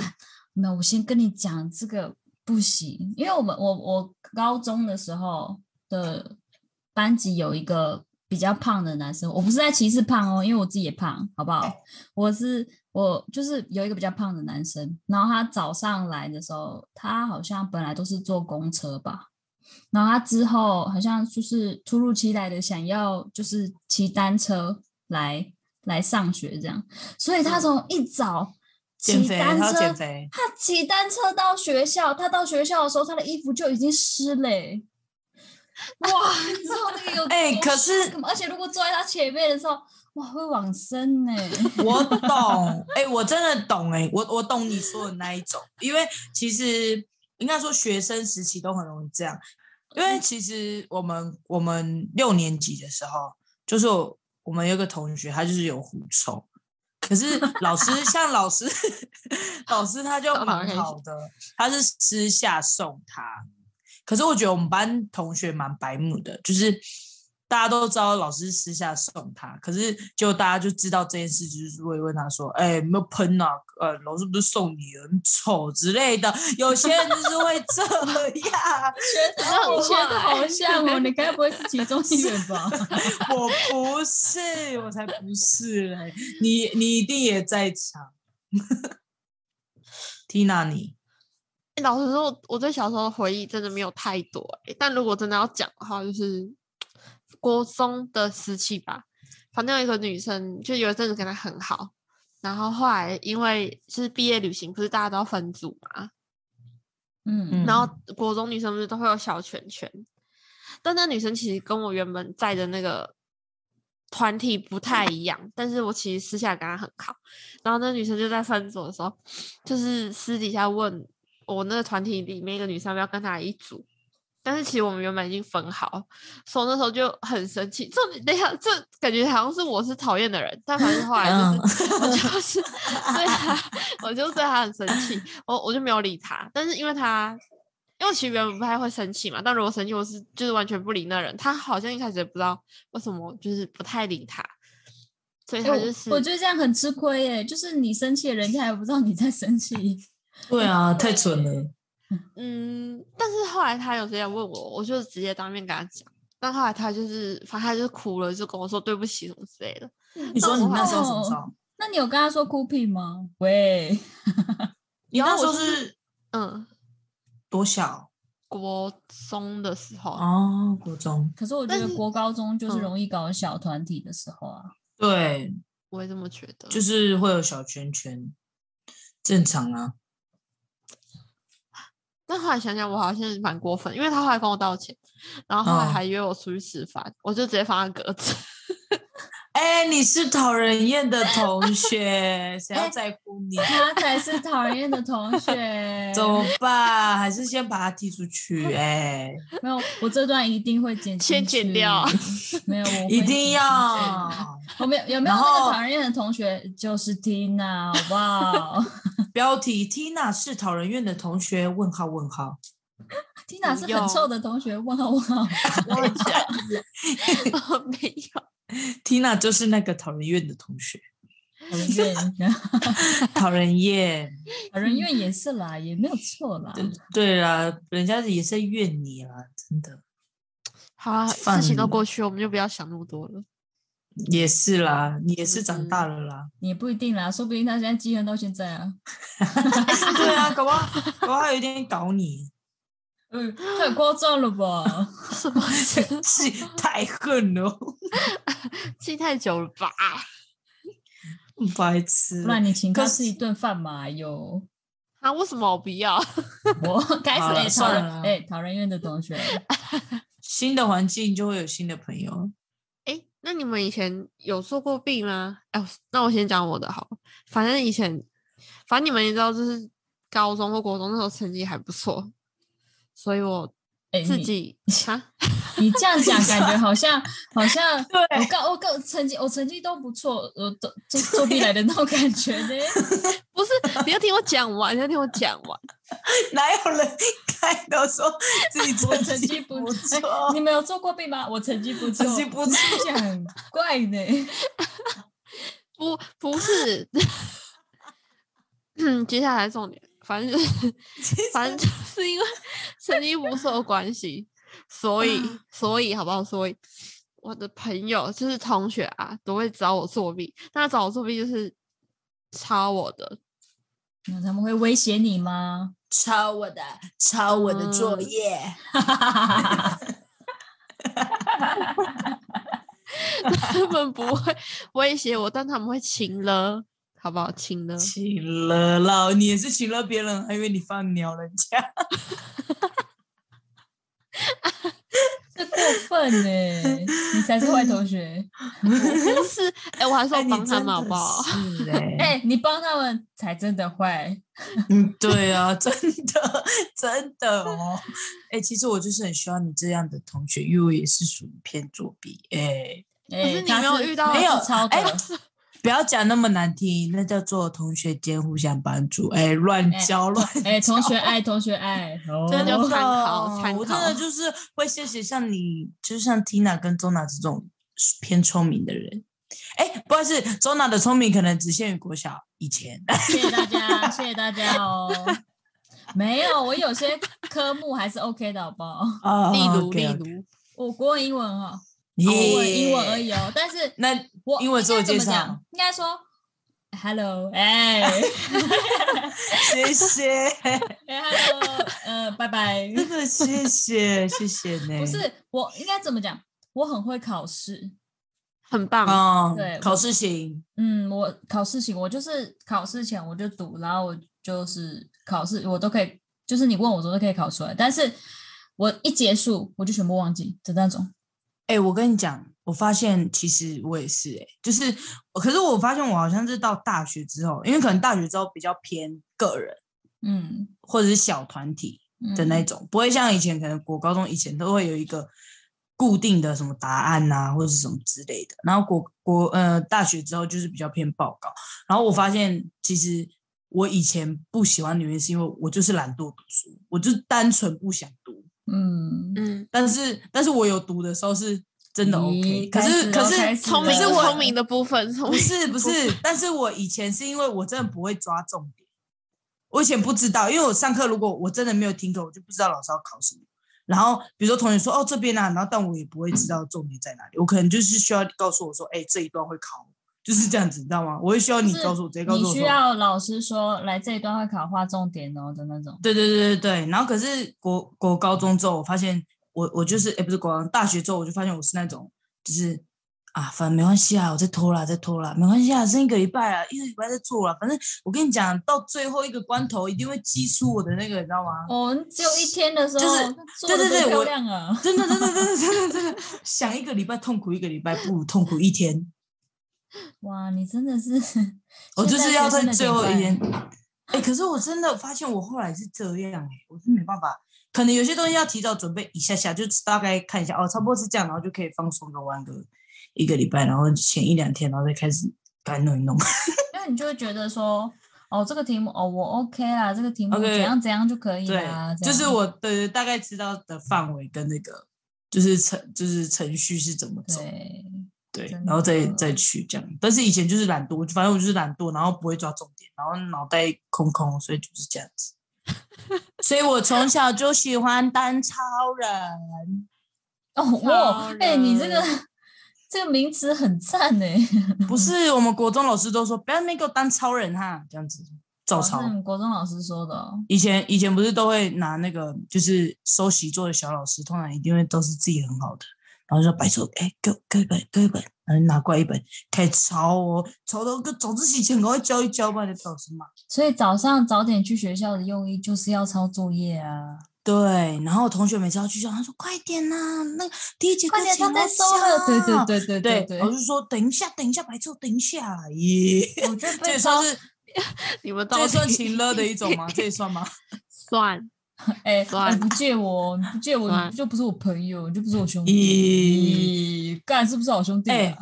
[SPEAKER 3] 没有，我先跟你讲这个不行，因为我们我我高中的时候的班级有一个比较胖的男生，我不是在歧视胖哦，因为我自己也胖，好不好？我是我就是有一个比较胖的男生，然后他早上来的时候，他好像本来都是坐公车吧，然后他之后好像就是突如其来的想要就是骑单车来来上学这样，所以他从一
[SPEAKER 1] 嗯
[SPEAKER 3] 早
[SPEAKER 1] 减
[SPEAKER 3] 骑
[SPEAKER 1] 肥，
[SPEAKER 3] 单
[SPEAKER 1] 他要
[SPEAKER 3] 车，
[SPEAKER 1] 减肥，
[SPEAKER 3] 他骑单车到学校，他到学校的时候，他的衣服就已经湿嘞、哇，你知道那个有
[SPEAKER 1] (laughs) 哎
[SPEAKER 3] 多
[SPEAKER 1] 可是
[SPEAKER 3] 湿吗而且如果坐在他前面的时候，哇，会往生呢、
[SPEAKER 1] (laughs) 我懂，哎、我真的懂、哎，我我懂你说的那一种，因为其实应该说学生时期都很容易这样，因为其实我们我们六年级的时候，就是我我们有一个同学，他就是有狐臭，可是老师像老师 (laughs) 老师他就蛮好的，他是私下送他，可是我觉得我们班同学蛮白目的，就是大家都知道老师私下送他，可是就大家就知道这件事，就是会问他说：“哎、有没有喷啊？呃，老师不是送你很丑之类的。”有些人就是会这样，
[SPEAKER 3] 觉
[SPEAKER 2] 得很
[SPEAKER 3] 你觉得
[SPEAKER 2] 坏
[SPEAKER 3] 好像哦，你该不会是其中一员吧？ (laughs)
[SPEAKER 1] (laughs) 我不是，我才不是嘞！你你一定也在场，Tina 你。
[SPEAKER 2] 欸老实说，我我对小时候的回忆真的没有太多、欸，但如果真的要讲的话，就是国中的时期吧。反正有一个女生，就有一阵子跟她很好，然后后来因为就是毕业旅行，不是大家都要分组嘛，
[SPEAKER 3] 嗯，
[SPEAKER 2] 然后国中女生不是都会有小圈圈，但那女生其实跟我原本在的那个团体不太一样，但是我其实私下跟她很好。然后那女生就在分组的时候，就是私底下问我那个团体里面一个女生要不要跟她一组，但是其实我们原本已经分好，所以我那时候就很生气。这等一下，这感觉好像是我是讨厌的人，但反正后来就是、我就是对她，我就对她很生气，我我就没有理她。但是因为她，因为我其实原本不太会生气嘛，但如果生气，我是就是完全不理那人。她好像一开始也不知道为什么，就是不太理她。所以她就是
[SPEAKER 3] 哎我我觉得这样很吃亏耶、就是你生气，人家还不知道你在生气。
[SPEAKER 1] 对啊，太蠢了。
[SPEAKER 2] 嗯，但是后来他有时间问我，我就直接当面跟他讲。但后来他就是，反正他就哭了，就跟我说对不起什么之类的。
[SPEAKER 1] 嗯你说你那时候什么时
[SPEAKER 2] 哦
[SPEAKER 1] 候？
[SPEAKER 3] 哦那你有跟他说孤僻吗？喂，
[SPEAKER 1] 你那时候
[SPEAKER 2] 我就是嗯，
[SPEAKER 1] 多小？
[SPEAKER 2] 国中的时候，
[SPEAKER 1] 哦，国中。
[SPEAKER 3] 可是我觉
[SPEAKER 2] 但
[SPEAKER 3] 得
[SPEAKER 2] 是
[SPEAKER 3] 国高中就是
[SPEAKER 2] 嗯
[SPEAKER 3] 容易搞小团体的时候啊。
[SPEAKER 1] 对，
[SPEAKER 2] 我也这么觉得。
[SPEAKER 1] 就是会有小圈圈，正常啊。
[SPEAKER 2] 但后来想想，我好像也蛮过分，因为他后来跟我道歉，然后后来
[SPEAKER 1] 嗯
[SPEAKER 2] 还约我出去吃饭，我就直接放在格子。 (laughs)
[SPEAKER 1] 哎，你是讨人厌的
[SPEAKER 2] (laughs)
[SPEAKER 1] 同学，谁
[SPEAKER 2] 哎
[SPEAKER 1] 要在乎你？
[SPEAKER 3] 他才是讨人厌的同
[SPEAKER 1] (laughs) 。
[SPEAKER 3] 学
[SPEAKER 1] 怎么办？还是先把他踢出去？
[SPEAKER 2] (laughs)
[SPEAKER 1] 哎，
[SPEAKER 3] 没有，我这段一定会剪进去，
[SPEAKER 2] 先剪掉
[SPEAKER 3] (laughs) 没有，我会
[SPEAKER 1] 一定要
[SPEAKER 3] 剪进去。我们有没
[SPEAKER 1] 然
[SPEAKER 3] 有那
[SPEAKER 1] 后
[SPEAKER 3] 个讨人厌的同学就是 Tina，好
[SPEAKER 1] (laughs)
[SPEAKER 3] 不好
[SPEAKER 1] 标题：Tina 是讨人厌的同学？问号问号。
[SPEAKER 3] ？Tina
[SPEAKER 2] 不
[SPEAKER 3] 是
[SPEAKER 2] 用
[SPEAKER 3] 很臭的同学，问号问号。
[SPEAKER 2] 我我没有，
[SPEAKER 1] Tina 就是那个讨人厌的同学，
[SPEAKER 3] 讨人厌，
[SPEAKER 1] 讨人厌。
[SPEAKER 3] 讨人厌也是啦，也没有错啦。
[SPEAKER 1] 对啦，人家也是怨你啦，真的
[SPEAKER 2] 好啊，
[SPEAKER 1] 犯
[SPEAKER 2] 事情都
[SPEAKER 1] 了
[SPEAKER 2] 过去，我们就不要想那么多了。
[SPEAKER 1] 也是啦，你也
[SPEAKER 2] 是
[SPEAKER 1] 是
[SPEAKER 2] 不
[SPEAKER 1] 长
[SPEAKER 2] 是
[SPEAKER 1] 大了啦。
[SPEAKER 3] 也不一定啦，说不定他现在记恨到现在
[SPEAKER 1] (laughs)
[SPEAKER 3] 啊。
[SPEAKER 2] (laughs)
[SPEAKER 1] 对啊，搞不好搞不好有一天搞你。
[SPEAKER 3] 嗯，太夸张了
[SPEAKER 1] (laughs)
[SPEAKER 3] 吧？
[SPEAKER 2] 什么事？
[SPEAKER 1] 是太恨了，
[SPEAKER 2] (laughs) 记太久了吧？
[SPEAKER 1] 白痴
[SPEAKER 3] 不。然你请他
[SPEAKER 1] 可是
[SPEAKER 3] 吃一顿饭嘛？哎有
[SPEAKER 2] (laughs) 啊，为什么我不要？ (laughs)
[SPEAKER 3] 我 (laughs) 开
[SPEAKER 1] 好了
[SPEAKER 3] 始哎，讨
[SPEAKER 1] 算了
[SPEAKER 3] 人
[SPEAKER 1] 啦
[SPEAKER 3] 哎，讨人厌的同学，
[SPEAKER 1] 新的环境就会有新的朋友。
[SPEAKER 2] 哎，那你们以前有做过弊吗？哎，我那我先讲我的好了。反正以前，反正你们也知道，就是高中或国中那时候成绩还不错，所以我
[SPEAKER 3] 哎，
[SPEAKER 2] 自
[SPEAKER 3] 你
[SPEAKER 2] 己 (laughs) 啊，
[SPEAKER 3] 你这样讲，感觉
[SPEAKER 1] (laughs)
[SPEAKER 3] 好像好像
[SPEAKER 1] 对
[SPEAKER 3] 我高我高成绩我成绩都不错，我都就作弊来的那种感觉
[SPEAKER 1] (laughs)
[SPEAKER 3] 呢。
[SPEAKER 2] 不是，你要听我讲完，你 (laughs) 要听我讲完。
[SPEAKER 1] 哪有人开头说自己
[SPEAKER 3] 我
[SPEAKER 1] 成
[SPEAKER 3] 成绩不
[SPEAKER 1] 不
[SPEAKER 3] 哎
[SPEAKER 1] 错， (laughs)
[SPEAKER 3] 你们有做过弊吗？我成绩不错，
[SPEAKER 1] 成绩不错？
[SPEAKER 3] (laughs) 这样很怪呢。
[SPEAKER 2] 不，不是。 (coughs) 嗯，接下来重点，反正就是，
[SPEAKER 1] (laughs)
[SPEAKER 2] 反正就是
[SPEAKER 1] 嗯
[SPEAKER 2] 因为成绩不错的关系，所以，所以，好不好？所以我的朋友就是同学啊，都会找我作弊。那找我作弊就是抄我的， (laughs)
[SPEAKER 3] 那他们会威胁你吗？
[SPEAKER 1] 抄我的，抄我的作
[SPEAKER 2] 嗯
[SPEAKER 1] 业。
[SPEAKER 2] 他们不会威胁我，但他们会请了，好不好？请了，
[SPEAKER 1] (laughs) 请了啦，你也是请了别人，还以为你放鸟人
[SPEAKER 2] (laughs)
[SPEAKER 1] 家。
[SPEAKER 3] 这过分呢、你才是坏
[SPEAKER 1] (laughs)
[SPEAKER 3] 同学。
[SPEAKER 2] 我不是，哎、我还是
[SPEAKER 1] 哎
[SPEAKER 2] 要
[SPEAKER 1] 你
[SPEAKER 2] 帮他
[SPEAKER 1] 真
[SPEAKER 2] 们好
[SPEAKER 1] 的
[SPEAKER 2] 不好？
[SPEAKER 1] 是哎、
[SPEAKER 2] (laughs)
[SPEAKER 3] 哎、你帮他们才真的坏。
[SPEAKER 1] 嗯，对啊，真的， (laughs) 真的哦。哎、其实我就是很需要你这样的同学，因为我也是属于偏作弊。哎、
[SPEAKER 3] 哎
[SPEAKER 2] 可是你
[SPEAKER 3] 他
[SPEAKER 2] 没有遇到
[SPEAKER 3] 他是
[SPEAKER 1] 没有
[SPEAKER 3] 抄的，
[SPEAKER 1] 哎不要讲那么难听，那叫做同学间互相帮助。哎、乱
[SPEAKER 3] 哎
[SPEAKER 1] 教乱
[SPEAKER 3] 哎、同学爱，同学爱，哦
[SPEAKER 2] 这就参考
[SPEAKER 1] 哦
[SPEAKER 2] 参
[SPEAKER 1] 我真的
[SPEAKER 2] 考
[SPEAKER 1] 就是会谢谢像你，就像 Tina 跟 Zona 这种偏聪明的人。哎，不管是 Zona 的聪明，可能只限于国小以前。
[SPEAKER 3] (laughs) 谢谢大家，谢谢大家哦。没有，我有些科目还是 OK 的，好不好？
[SPEAKER 1] 哦
[SPEAKER 2] 例如，例
[SPEAKER 1] OK，OK
[SPEAKER 2] 如，
[SPEAKER 3] 我国文、英文哦，
[SPEAKER 1] 耶
[SPEAKER 3] 国文、英文而已哦。但是
[SPEAKER 1] 那
[SPEAKER 3] 我
[SPEAKER 1] 英文自我介绍
[SPEAKER 3] 应该怎么讲应该说 “hello”，哎、
[SPEAKER 1] 谢谢， (laughs)
[SPEAKER 3] 哎 “hello”，呃，拜拜。
[SPEAKER 1] 真的谢谢，谢谢呢。
[SPEAKER 3] 不是，我应该怎么讲？我很会考试，
[SPEAKER 2] 很棒。
[SPEAKER 1] 哦
[SPEAKER 3] 对，
[SPEAKER 1] 考试型，
[SPEAKER 3] 嗯，我考试前我就是考试前我就读，然后我就是考试我都可以，就是你问我我都可以考出来，但是我一结束我就全部忘记的那种。
[SPEAKER 1] 哎，我跟你讲，我发现其实我也是，哎，就是，可是我发现我好像是到大学之后，因为可能大学之后比较偏个人
[SPEAKER 3] 嗯，
[SPEAKER 1] 或者是小团体，
[SPEAKER 3] 嗯
[SPEAKER 1] 的那种，不会像以前可能国高中以前都会有一个固定的什么答案呐、或者是什么之类的。然后国国呃大学之后就是比较偏报告。然后我发现其实我以前不喜欢里面是因为我就是懒惰读书，我就是单纯不想读。
[SPEAKER 3] 嗯，
[SPEAKER 2] 嗯，
[SPEAKER 1] 但是但是我有读的时候是真的 OK，
[SPEAKER 3] 咦
[SPEAKER 1] 可
[SPEAKER 3] 开
[SPEAKER 1] 是
[SPEAKER 3] 始
[SPEAKER 1] 可
[SPEAKER 3] 咯开
[SPEAKER 1] 是
[SPEAKER 3] 始
[SPEAKER 2] 聪明
[SPEAKER 1] 可是
[SPEAKER 2] 是
[SPEAKER 1] 我
[SPEAKER 2] 聪明的部分，聪
[SPEAKER 1] (laughs) 不
[SPEAKER 2] 明
[SPEAKER 1] 是不是，但是我以前是因为我真的不会抓重点，我以前不知道，因为我上课如果我真的没有听课，我就不知道老师要考什么。然后比如说同学说哦这边啊，然后但我也不会知道重点在哪里，我可能就是需要告诉我说，哎这一段会考，就是这样子，你知道吗？我会需要你
[SPEAKER 3] 就是
[SPEAKER 1] 告诉我，直接告诉
[SPEAKER 3] 你
[SPEAKER 1] 我
[SPEAKER 3] 需
[SPEAKER 1] 说
[SPEAKER 3] 要老师说来这一段会考划重点哦的那种。
[SPEAKER 1] 对对对对对，然后可是国国高中之后，我发现我我就是哎不是国高中大学之后，我就发现我是那种就是啊，反正没关系啊，我再拖啦，再拖啦，没关系啊，剩一个礼拜啊，一个礼拜再做啦，反正我跟你讲，到最后一个关头一定会激出我的那个，你知道吗？ (laughs)
[SPEAKER 3] 哦，只有一天的时候，
[SPEAKER 1] 就是
[SPEAKER 3] 那做得
[SPEAKER 1] 对对
[SPEAKER 3] 多
[SPEAKER 1] 对
[SPEAKER 3] 漂
[SPEAKER 1] 我
[SPEAKER 3] 亮啊！
[SPEAKER 1] 真的真的真的真的真的，想一个礼拜痛苦一个礼拜，不如痛苦一天。
[SPEAKER 3] 哇，你真的是现代学生的典范，
[SPEAKER 1] 我就是要在最后一天。 (laughs) 哎、可是我真的发现我后来是这样哎、我是没
[SPEAKER 3] 嗯
[SPEAKER 1] 办法，可能有些东西要提早准备一下下，就大概看一下哦，差不多是这样，然后就可以放松个玩个一个礼拜，然后前一两天，然后再开始该弄一弄。
[SPEAKER 3] 因为你就会觉得说，哦，这个题目，哦，我 OK 啦，这个题目
[SPEAKER 1] OK
[SPEAKER 3] 怎样怎样就可以
[SPEAKER 1] 对
[SPEAKER 3] 啦，，
[SPEAKER 1] 就
[SPEAKER 3] 这样
[SPEAKER 1] 是我对大概知道的范围跟那个就是程就是程序是怎么走，
[SPEAKER 3] 对，
[SPEAKER 1] 对，
[SPEAKER 3] 真
[SPEAKER 1] 然后再
[SPEAKER 3] 的
[SPEAKER 1] 再去这样。但是以前就是懒惰，反正我就是懒惰，然后不会抓重点，然后脑袋空空，所以就是这样子。
[SPEAKER 3] (laughs)
[SPEAKER 1] 所以我从小就喜欢当超人，
[SPEAKER 3] 哦，
[SPEAKER 2] 超
[SPEAKER 3] 哇，哎、你这个
[SPEAKER 2] 人
[SPEAKER 3] 这个名词很赞哎，
[SPEAKER 1] 不是我们国中老师都说不要那个当超人哈，这样子照
[SPEAKER 3] 哦
[SPEAKER 1] 抄
[SPEAKER 3] 是。你国中老师说的、哦，
[SPEAKER 1] 以前以前不是都会拿那个就是收习作的小老师，通常一定会都是自己很好的，然后就说白说，哎、给我给我一本，给我一本，然后拿过来一本开始抄哦，抄到个早自习前赶快交一交，不然就被老师骂。
[SPEAKER 3] 所以早上早点去学校的用意就是要抄作业啊，
[SPEAKER 1] 对，然后同学每次要去叫，他说快点啦、那个第一节课
[SPEAKER 3] 快点
[SPEAKER 1] 前
[SPEAKER 3] 他
[SPEAKER 1] 要
[SPEAKER 3] 在收了，对对
[SPEAKER 1] 交
[SPEAKER 3] 对对
[SPEAKER 1] 对
[SPEAKER 3] 对
[SPEAKER 1] 我就说等一下，等一下，白昼，等一下，耶，(laughs)
[SPEAKER 3] 我 (laughs) 觉
[SPEAKER 1] 这
[SPEAKER 3] 得哦被
[SPEAKER 1] 也
[SPEAKER 3] 抄
[SPEAKER 1] 算，是
[SPEAKER 2] 你们
[SPEAKER 1] 这
[SPEAKER 2] 到
[SPEAKER 1] 也算
[SPEAKER 2] 底
[SPEAKER 1] 情勒的一种
[SPEAKER 2] (laughs)
[SPEAKER 1] 吗？这也算吗？
[SPEAKER 2] 算
[SPEAKER 3] 哎、
[SPEAKER 2] 算
[SPEAKER 3] 你不借我，你不借我，
[SPEAKER 2] 算
[SPEAKER 3] 你就不是我朋友，你就不是我兄
[SPEAKER 1] 咦
[SPEAKER 3] (laughs) 弟，咦，干是不是好兄弟、啊？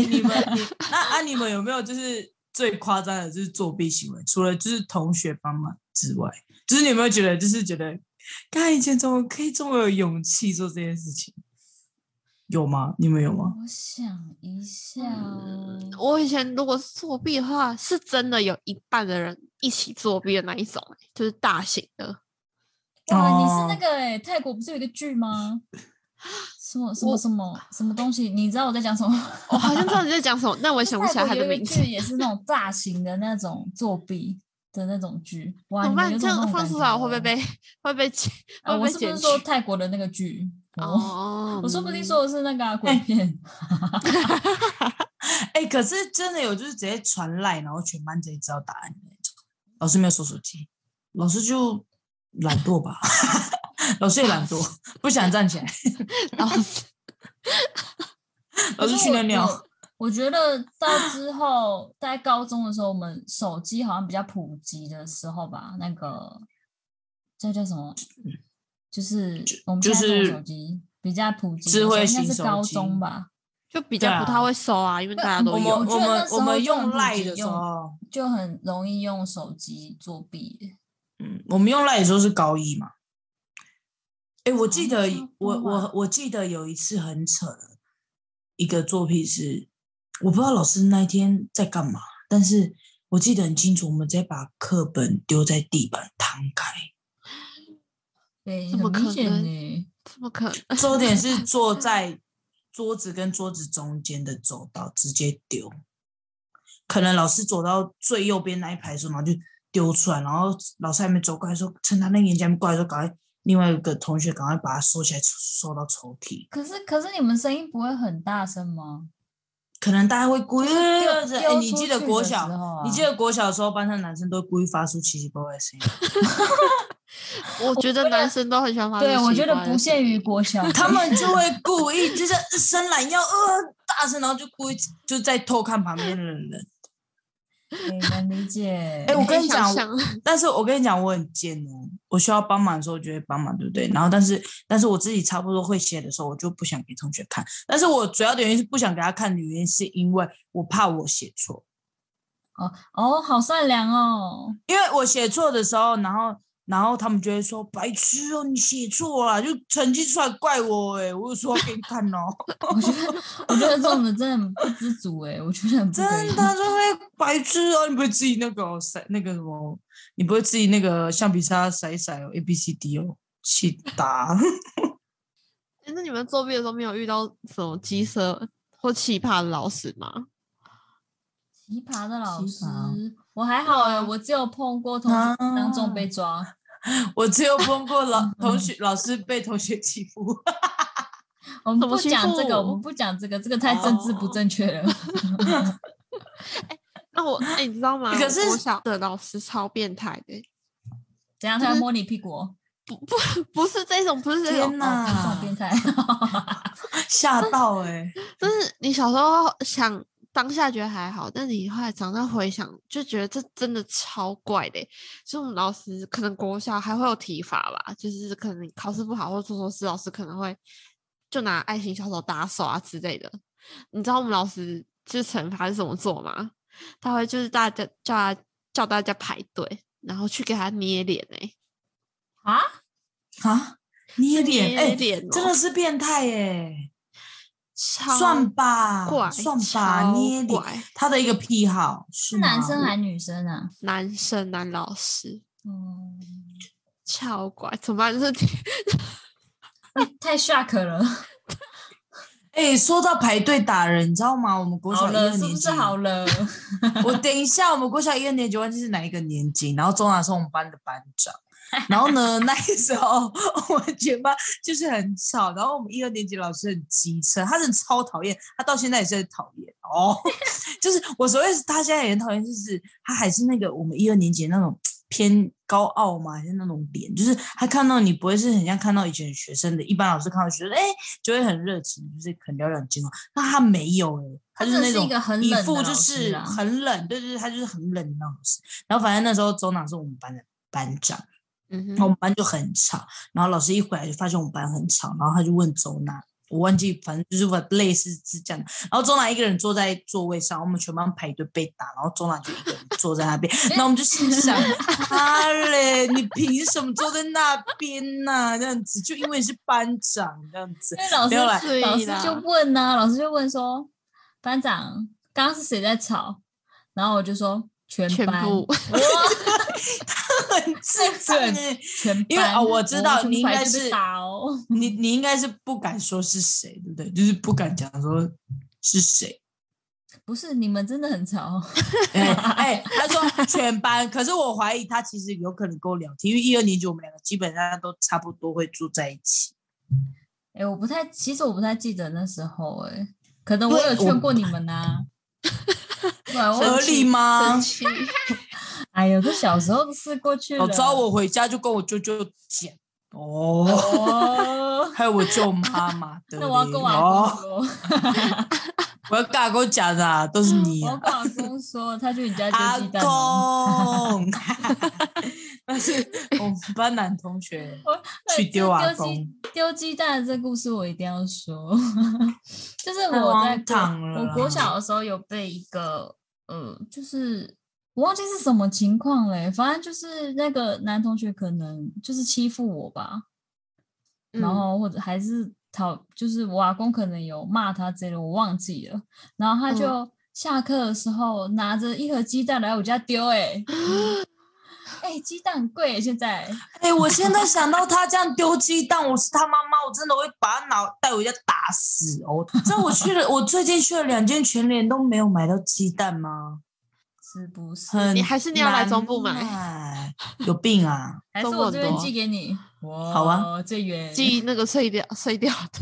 [SPEAKER 1] (laughs) 哎你
[SPEAKER 3] (laughs)
[SPEAKER 1] 们，你那啊，你们有没有就是最夸张的，就是作弊行为？除了就是同学帮忙之外，就是你有没有觉得，就是觉得，看以前怎么可以这么有勇气做这件事情？有吗？你们有吗？
[SPEAKER 3] 我想一下哦、
[SPEAKER 2] 嗯我以前如果是作弊的话，是真的有一半的人一起作弊的那一种、欸就是大型的。
[SPEAKER 3] 哇，你是那
[SPEAKER 1] 哦
[SPEAKER 3] 个哎、泰国不是有一个剧吗？什么什么什么什么东西？你知道我在讲什么？
[SPEAKER 2] 我好像知道你在讲什么，
[SPEAKER 3] (laughs)
[SPEAKER 2] 但我也想不起来
[SPEAKER 3] 泰
[SPEAKER 2] 他
[SPEAKER 3] 国
[SPEAKER 2] 的
[SPEAKER 3] 有一
[SPEAKER 2] 名
[SPEAKER 3] 个
[SPEAKER 2] 字
[SPEAKER 3] 剧。也是那种大型的那种作弊的那种剧。哇，
[SPEAKER 2] 怎么
[SPEAKER 3] 你们有
[SPEAKER 2] 办？
[SPEAKER 3] 种
[SPEAKER 2] 这
[SPEAKER 3] 那
[SPEAKER 2] 样
[SPEAKER 3] 种
[SPEAKER 2] 放
[SPEAKER 3] 感
[SPEAKER 2] 出
[SPEAKER 3] 觉
[SPEAKER 2] 来我会不
[SPEAKER 3] 哦
[SPEAKER 2] 会被会被剪？
[SPEAKER 3] 啊，
[SPEAKER 2] 会
[SPEAKER 3] 我
[SPEAKER 2] 被
[SPEAKER 3] 是不
[SPEAKER 2] 剪
[SPEAKER 3] 是
[SPEAKER 2] 去？
[SPEAKER 3] 说泰国的那个剧？哦，
[SPEAKER 2] 哦
[SPEAKER 3] (laughs) 我说不定说的是那个啊鬼
[SPEAKER 1] 哎
[SPEAKER 3] 片。
[SPEAKER 1] 哎、可是真的有，就是直接传赖，然后全班直接知道答案的那种。老师没有收手机，老师就懒惰吧， (laughs) 老师也懒惰，不想站
[SPEAKER 3] (laughs)
[SPEAKER 1] 起来，
[SPEAKER 2] 老师
[SPEAKER 1] 老
[SPEAKER 3] 可
[SPEAKER 1] 师
[SPEAKER 3] 是
[SPEAKER 1] 去
[SPEAKER 3] 我
[SPEAKER 1] 尿尿。
[SPEAKER 3] 我我觉得到之后，在高中的时候，我们手机好像比较普及的时候吧，那个这叫什么？就是我们
[SPEAKER 1] 就
[SPEAKER 3] 现在这种
[SPEAKER 1] 是
[SPEAKER 3] 手机比较普及的
[SPEAKER 1] 智
[SPEAKER 3] 时候，
[SPEAKER 1] 慧
[SPEAKER 3] 应该
[SPEAKER 1] 型
[SPEAKER 3] 是
[SPEAKER 1] 手
[SPEAKER 3] 高
[SPEAKER 1] 机
[SPEAKER 3] 中吧，
[SPEAKER 2] 就比较
[SPEAKER 1] 对啊
[SPEAKER 2] 不太会收啊，因为大家都
[SPEAKER 1] 我们
[SPEAKER 2] 有。
[SPEAKER 3] 我觉
[SPEAKER 1] 我
[SPEAKER 3] 得
[SPEAKER 1] 们
[SPEAKER 3] 那时
[SPEAKER 1] 我们
[SPEAKER 3] 候就很
[SPEAKER 1] 用
[SPEAKER 3] 普
[SPEAKER 1] 赖
[SPEAKER 3] 及
[SPEAKER 1] 的时
[SPEAKER 3] 用
[SPEAKER 1] 候，
[SPEAKER 3] 就很容易用手机作弊。
[SPEAKER 1] 嗯，我们用赖的时候是高一嘛？哎、我记得
[SPEAKER 3] 差不
[SPEAKER 1] 我
[SPEAKER 3] 多吧
[SPEAKER 1] 我我记得有一次很扯的一个作弊是，我不知道老师那一天在干嘛，但是我记得很清楚，我们直接把课本丢在地板摊开，
[SPEAKER 3] 对，
[SPEAKER 2] 怎么
[SPEAKER 3] 很
[SPEAKER 2] 可
[SPEAKER 3] 明显欸
[SPEAKER 2] 能
[SPEAKER 3] 呢。
[SPEAKER 2] 怎么
[SPEAKER 3] (laughs)
[SPEAKER 2] 可
[SPEAKER 1] (laughs)
[SPEAKER 2] 能？
[SPEAKER 1] 重点是坐在桌子跟桌子中间的走道直接丢，可能老师走到最右边那一排的时候，然后就丢出来，然后老师还没走过来说，趁他那个眼睛还没过来的时候，赶快另外一个同学赶快把它收起来，收到抽屉。
[SPEAKER 3] 可是可是你们声音不会很大声吗？
[SPEAKER 1] 可能大家会故意，
[SPEAKER 3] 就是丢
[SPEAKER 1] 哎、
[SPEAKER 3] 丢
[SPEAKER 1] 你
[SPEAKER 3] 出
[SPEAKER 1] 记得
[SPEAKER 3] 去
[SPEAKER 1] 国
[SPEAKER 3] 的
[SPEAKER 1] 小，
[SPEAKER 3] 时候
[SPEAKER 1] 你记
[SPEAKER 3] 啊
[SPEAKER 1] 得国小的时候，班上男生都会故意发出奇奇怪怪的声音，
[SPEAKER 2] 我觉得男生都很喜欢发出
[SPEAKER 3] 对，我
[SPEAKER 2] 奇
[SPEAKER 3] 觉得
[SPEAKER 2] 怪的
[SPEAKER 3] 不限
[SPEAKER 2] 声音
[SPEAKER 3] 于国小，
[SPEAKER 1] 他们就会故意就是伸懒腰，呃，大声，然后就故意就在偷看旁边的人。
[SPEAKER 3] 哎能理解。
[SPEAKER 1] 哎我跟你
[SPEAKER 2] 可以
[SPEAKER 1] 讲
[SPEAKER 2] 想象 (laughs)
[SPEAKER 1] 但是我跟你讲，我很贱哦，我需要帮忙的时候就会帮忙，对不对？然后但是但是我自己差不多会写的时候，我就不想给同学看。但是我主要的原因是不想给他看的原因，是因为我怕我写错。
[SPEAKER 3] 哦哦，好善
[SPEAKER 1] (laughs)
[SPEAKER 3] 良哦。
[SPEAKER 1] 因为我写错的时候，然后然后他们就会说白痴哦，你写错了，就成绩出来怪我哎、我就说给你看哦，
[SPEAKER 3] 我觉得，我觉得这种人真的很不知足哎、我觉得很不
[SPEAKER 1] 真
[SPEAKER 3] 可以。
[SPEAKER 1] 的就会白痴哦，你不会自己那个哦塞、那个什么，你不会自己那个橡皮擦甩一甩哦，A B C D 哦，气打。
[SPEAKER 2] 诶那你们作弊的时候没有遇到什么鸡舍或奇葩的老师吗？
[SPEAKER 3] (laughs)
[SPEAKER 2] (laughs)
[SPEAKER 3] 奇葩的老
[SPEAKER 1] 奇
[SPEAKER 3] 师
[SPEAKER 1] 葩，
[SPEAKER 3] 我还好哎、
[SPEAKER 2] 啊
[SPEAKER 3] 我只有碰过同学当众被抓，
[SPEAKER 1] 我只有碰过
[SPEAKER 3] (laughs)
[SPEAKER 1] 老
[SPEAKER 3] 嗯
[SPEAKER 1] 同学，老师被同学欺负，
[SPEAKER 3] 我们
[SPEAKER 2] 怎么
[SPEAKER 3] 不
[SPEAKER 2] 欺
[SPEAKER 3] 讲这个，
[SPEAKER 2] 负
[SPEAKER 3] 我们不讲这个，这个太政治不正确了。
[SPEAKER 2] 那我哎、你知道吗？
[SPEAKER 1] 可
[SPEAKER 2] 我
[SPEAKER 1] 是
[SPEAKER 2] 国小的老师超变态的、
[SPEAKER 3] 怎样？他要摸你屁股哦？
[SPEAKER 2] 不是这种，不是这
[SPEAKER 1] 天
[SPEAKER 2] 种，
[SPEAKER 3] 哦啊这种
[SPEAKER 1] 哪，
[SPEAKER 3] 变态！
[SPEAKER 1] 吓到哎、
[SPEAKER 2] 就是你小时候想当下觉得还好，但你后来长大回想，就觉得这真的超怪的欸、所以我们老师可能国小还会有体罚吧，就是可能你考试不好或做错事，老师可能会就拿爱心小手打手啊之类的。你知道我们老师就是惩罚是怎么做吗？他会就是大家叫他叫大家排队，然后去给他捏脸哎、
[SPEAKER 3] (laughs) 啊，
[SPEAKER 1] 啊，捏脸
[SPEAKER 2] 捏
[SPEAKER 1] 哎、
[SPEAKER 2] 脸、哦
[SPEAKER 1] 真的是变态哎、
[SPEAKER 2] 超
[SPEAKER 1] 算吧，
[SPEAKER 2] 怪，
[SPEAKER 1] 算吧，
[SPEAKER 2] 超
[SPEAKER 1] 捏脸，
[SPEAKER 2] 怪
[SPEAKER 1] 他的一个癖好是
[SPEAKER 3] 是男生
[SPEAKER 1] 吗
[SPEAKER 3] 还女生啊？
[SPEAKER 2] 男生男老师。
[SPEAKER 3] 嗯，
[SPEAKER 2] 超怪，怎么办？就是
[SPEAKER 3] 太 shock 了，
[SPEAKER 1] 哎、说到排队打人，你知道吗？我们国
[SPEAKER 3] 好
[SPEAKER 1] 小一二
[SPEAKER 3] 了，
[SPEAKER 1] 年
[SPEAKER 3] 是
[SPEAKER 1] 级，
[SPEAKER 3] 不是好了？
[SPEAKER 1] 我等一下，我们国小一二年级忘记是哪一个年级，然后中南是我们班的班长。然后呢，那时候我们全班就是很吵，然后我们一二年级老师很机车，他是超讨厌，他到现在也是很讨厌哦。 (laughs) 就是我所谓他现在也很讨厌，就是他还是那个我们一二年级那种偏高傲嘛，还是那种脸，就是他看到你不会是很像看到以前的学生的，一般老师看到学生哎就会很热情，就是很聊两句话，那他没有哎、他就是
[SPEAKER 3] 真的
[SPEAKER 1] 那
[SPEAKER 3] 是
[SPEAKER 1] 种
[SPEAKER 3] 一个很
[SPEAKER 1] 一
[SPEAKER 3] 冷
[SPEAKER 1] 副
[SPEAKER 3] 的
[SPEAKER 1] 就
[SPEAKER 3] 老师
[SPEAKER 1] 是
[SPEAKER 3] 啊
[SPEAKER 1] 很冷，对对对，他就是很冷的那种老师。然后反正那时候周娜是我们班的班长，
[SPEAKER 2] 嗯
[SPEAKER 1] 然后我们班就很吵，然后老师一回来就发现我们班很吵，然后他就问周娜，我忘记，反正就是我类似是这样的。然后周娜一个人坐在座位上，我们全班排队被打，然后周娜就一个人坐在那
[SPEAKER 3] (laughs)
[SPEAKER 1] 边，然后我们就心想：啊嘞，你凭什么坐在那边呢、这样子，就因为你是班长这样子
[SPEAKER 3] 因。为老
[SPEAKER 1] 没有啦
[SPEAKER 3] 师老师就问呢、老师就问说，班长刚刚是谁在吵？然后我就说全
[SPEAKER 2] 全
[SPEAKER 3] 班
[SPEAKER 2] 部
[SPEAKER 1] 很智障哎、
[SPEAKER 3] 全班，
[SPEAKER 1] (laughs) 因为哦我知道
[SPEAKER 3] 全
[SPEAKER 1] 你应
[SPEAKER 3] 排
[SPEAKER 1] 该
[SPEAKER 3] 就被
[SPEAKER 1] 是
[SPEAKER 3] 打哦，
[SPEAKER 1] 你你应该是不敢说是谁，对不对？就是不敢讲说是谁。
[SPEAKER 3] 不是你们真的很吵，
[SPEAKER 1] (laughs) 哎、哎，他说全班，可是我怀疑他其实有可能跟我聊天，因为一二年级我们两个基本上都差不多会住在一起。
[SPEAKER 3] 哎、我不太，其实我不太记得那时候、哎，可能我
[SPEAKER 1] 对
[SPEAKER 3] 有
[SPEAKER 1] 我
[SPEAKER 3] 劝过你们呐、对，啊
[SPEAKER 1] 合
[SPEAKER 3] 我
[SPEAKER 1] 理吗
[SPEAKER 2] 生？ (laughs) 气，
[SPEAKER 3] 哎呦，这小时候的事过去了。
[SPEAKER 1] 哦早知道我回家就跟我舅舅讲哦，
[SPEAKER 3] 哦， (laughs)
[SPEAKER 1] 还有我舅妈妈的。
[SPEAKER 3] 那我要跟我阿公
[SPEAKER 1] 哦，
[SPEAKER 3] 说，
[SPEAKER 1] 我要跟阿公讲的啊，都是你
[SPEAKER 3] 我要
[SPEAKER 1] 啊，
[SPEAKER 3] 跟阿公说，他去你家
[SPEAKER 1] 阿
[SPEAKER 3] 丢鸡蛋哦。
[SPEAKER 1] 公。 (laughs) 那是我们班男同
[SPEAKER 3] (laughs)
[SPEAKER 1] 学
[SPEAKER 3] 对
[SPEAKER 1] 去
[SPEAKER 3] 这
[SPEAKER 1] 丢阿
[SPEAKER 3] 鸡
[SPEAKER 1] 公
[SPEAKER 3] 丢鸡蛋的这故事我一定要说， (laughs) 就是
[SPEAKER 1] 太
[SPEAKER 3] 我在
[SPEAKER 1] 荒唐
[SPEAKER 3] 国
[SPEAKER 1] 了
[SPEAKER 3] 我
[SPEAKER 1] 啦
[SPEAKER 3] 国小的时候有被一个呃，就是我忘记是什么情况嘞，反正就是那个男同学可能就是欺负我吧，然
[SPEAKER 2] 嗯
[SPEAKER 3] 后或者还是讨，就是我阿公可能有骂他之类的，我忘记了。然后他
[SPEAKER 2] 嗯
[SPEAKER 3] 就下课的时候拿着一盒鸡蛋来我家丢、欸， (laughs) 哎、
[SPEAKER 1] (gasps)
[SPEAKER 3] 哎，鸡蛋很贵欸、现在
[SPEAKER 1] 哎、我现在想到他这样丢鸡蛋，我是他妈妈，我真的会把他脑带回家打死哦！这我去了，我最近去了两间全联都没有买到鸡蛋吗？
[SPEAKER 3] 是不是？
[SPEAKER 1] 很
[SPEAKER 2] 你还是你要来中部买
[SPEAKER 1] 买，有病啊！
[SPEAKER 3] 还是
[SPEAKER 2] 中国
[SPEAKER 3] 我
[SPEAKER 2] 很
[SPEAKER 3] 这边
[SPEAKER 2] 多
[SPEAKER 3] 寄给你？哇
[SPEAKER 1] 好啊，
[SPEAKER 3] 最远
[SPEAKER 2] 记那个碎掉碎掉的，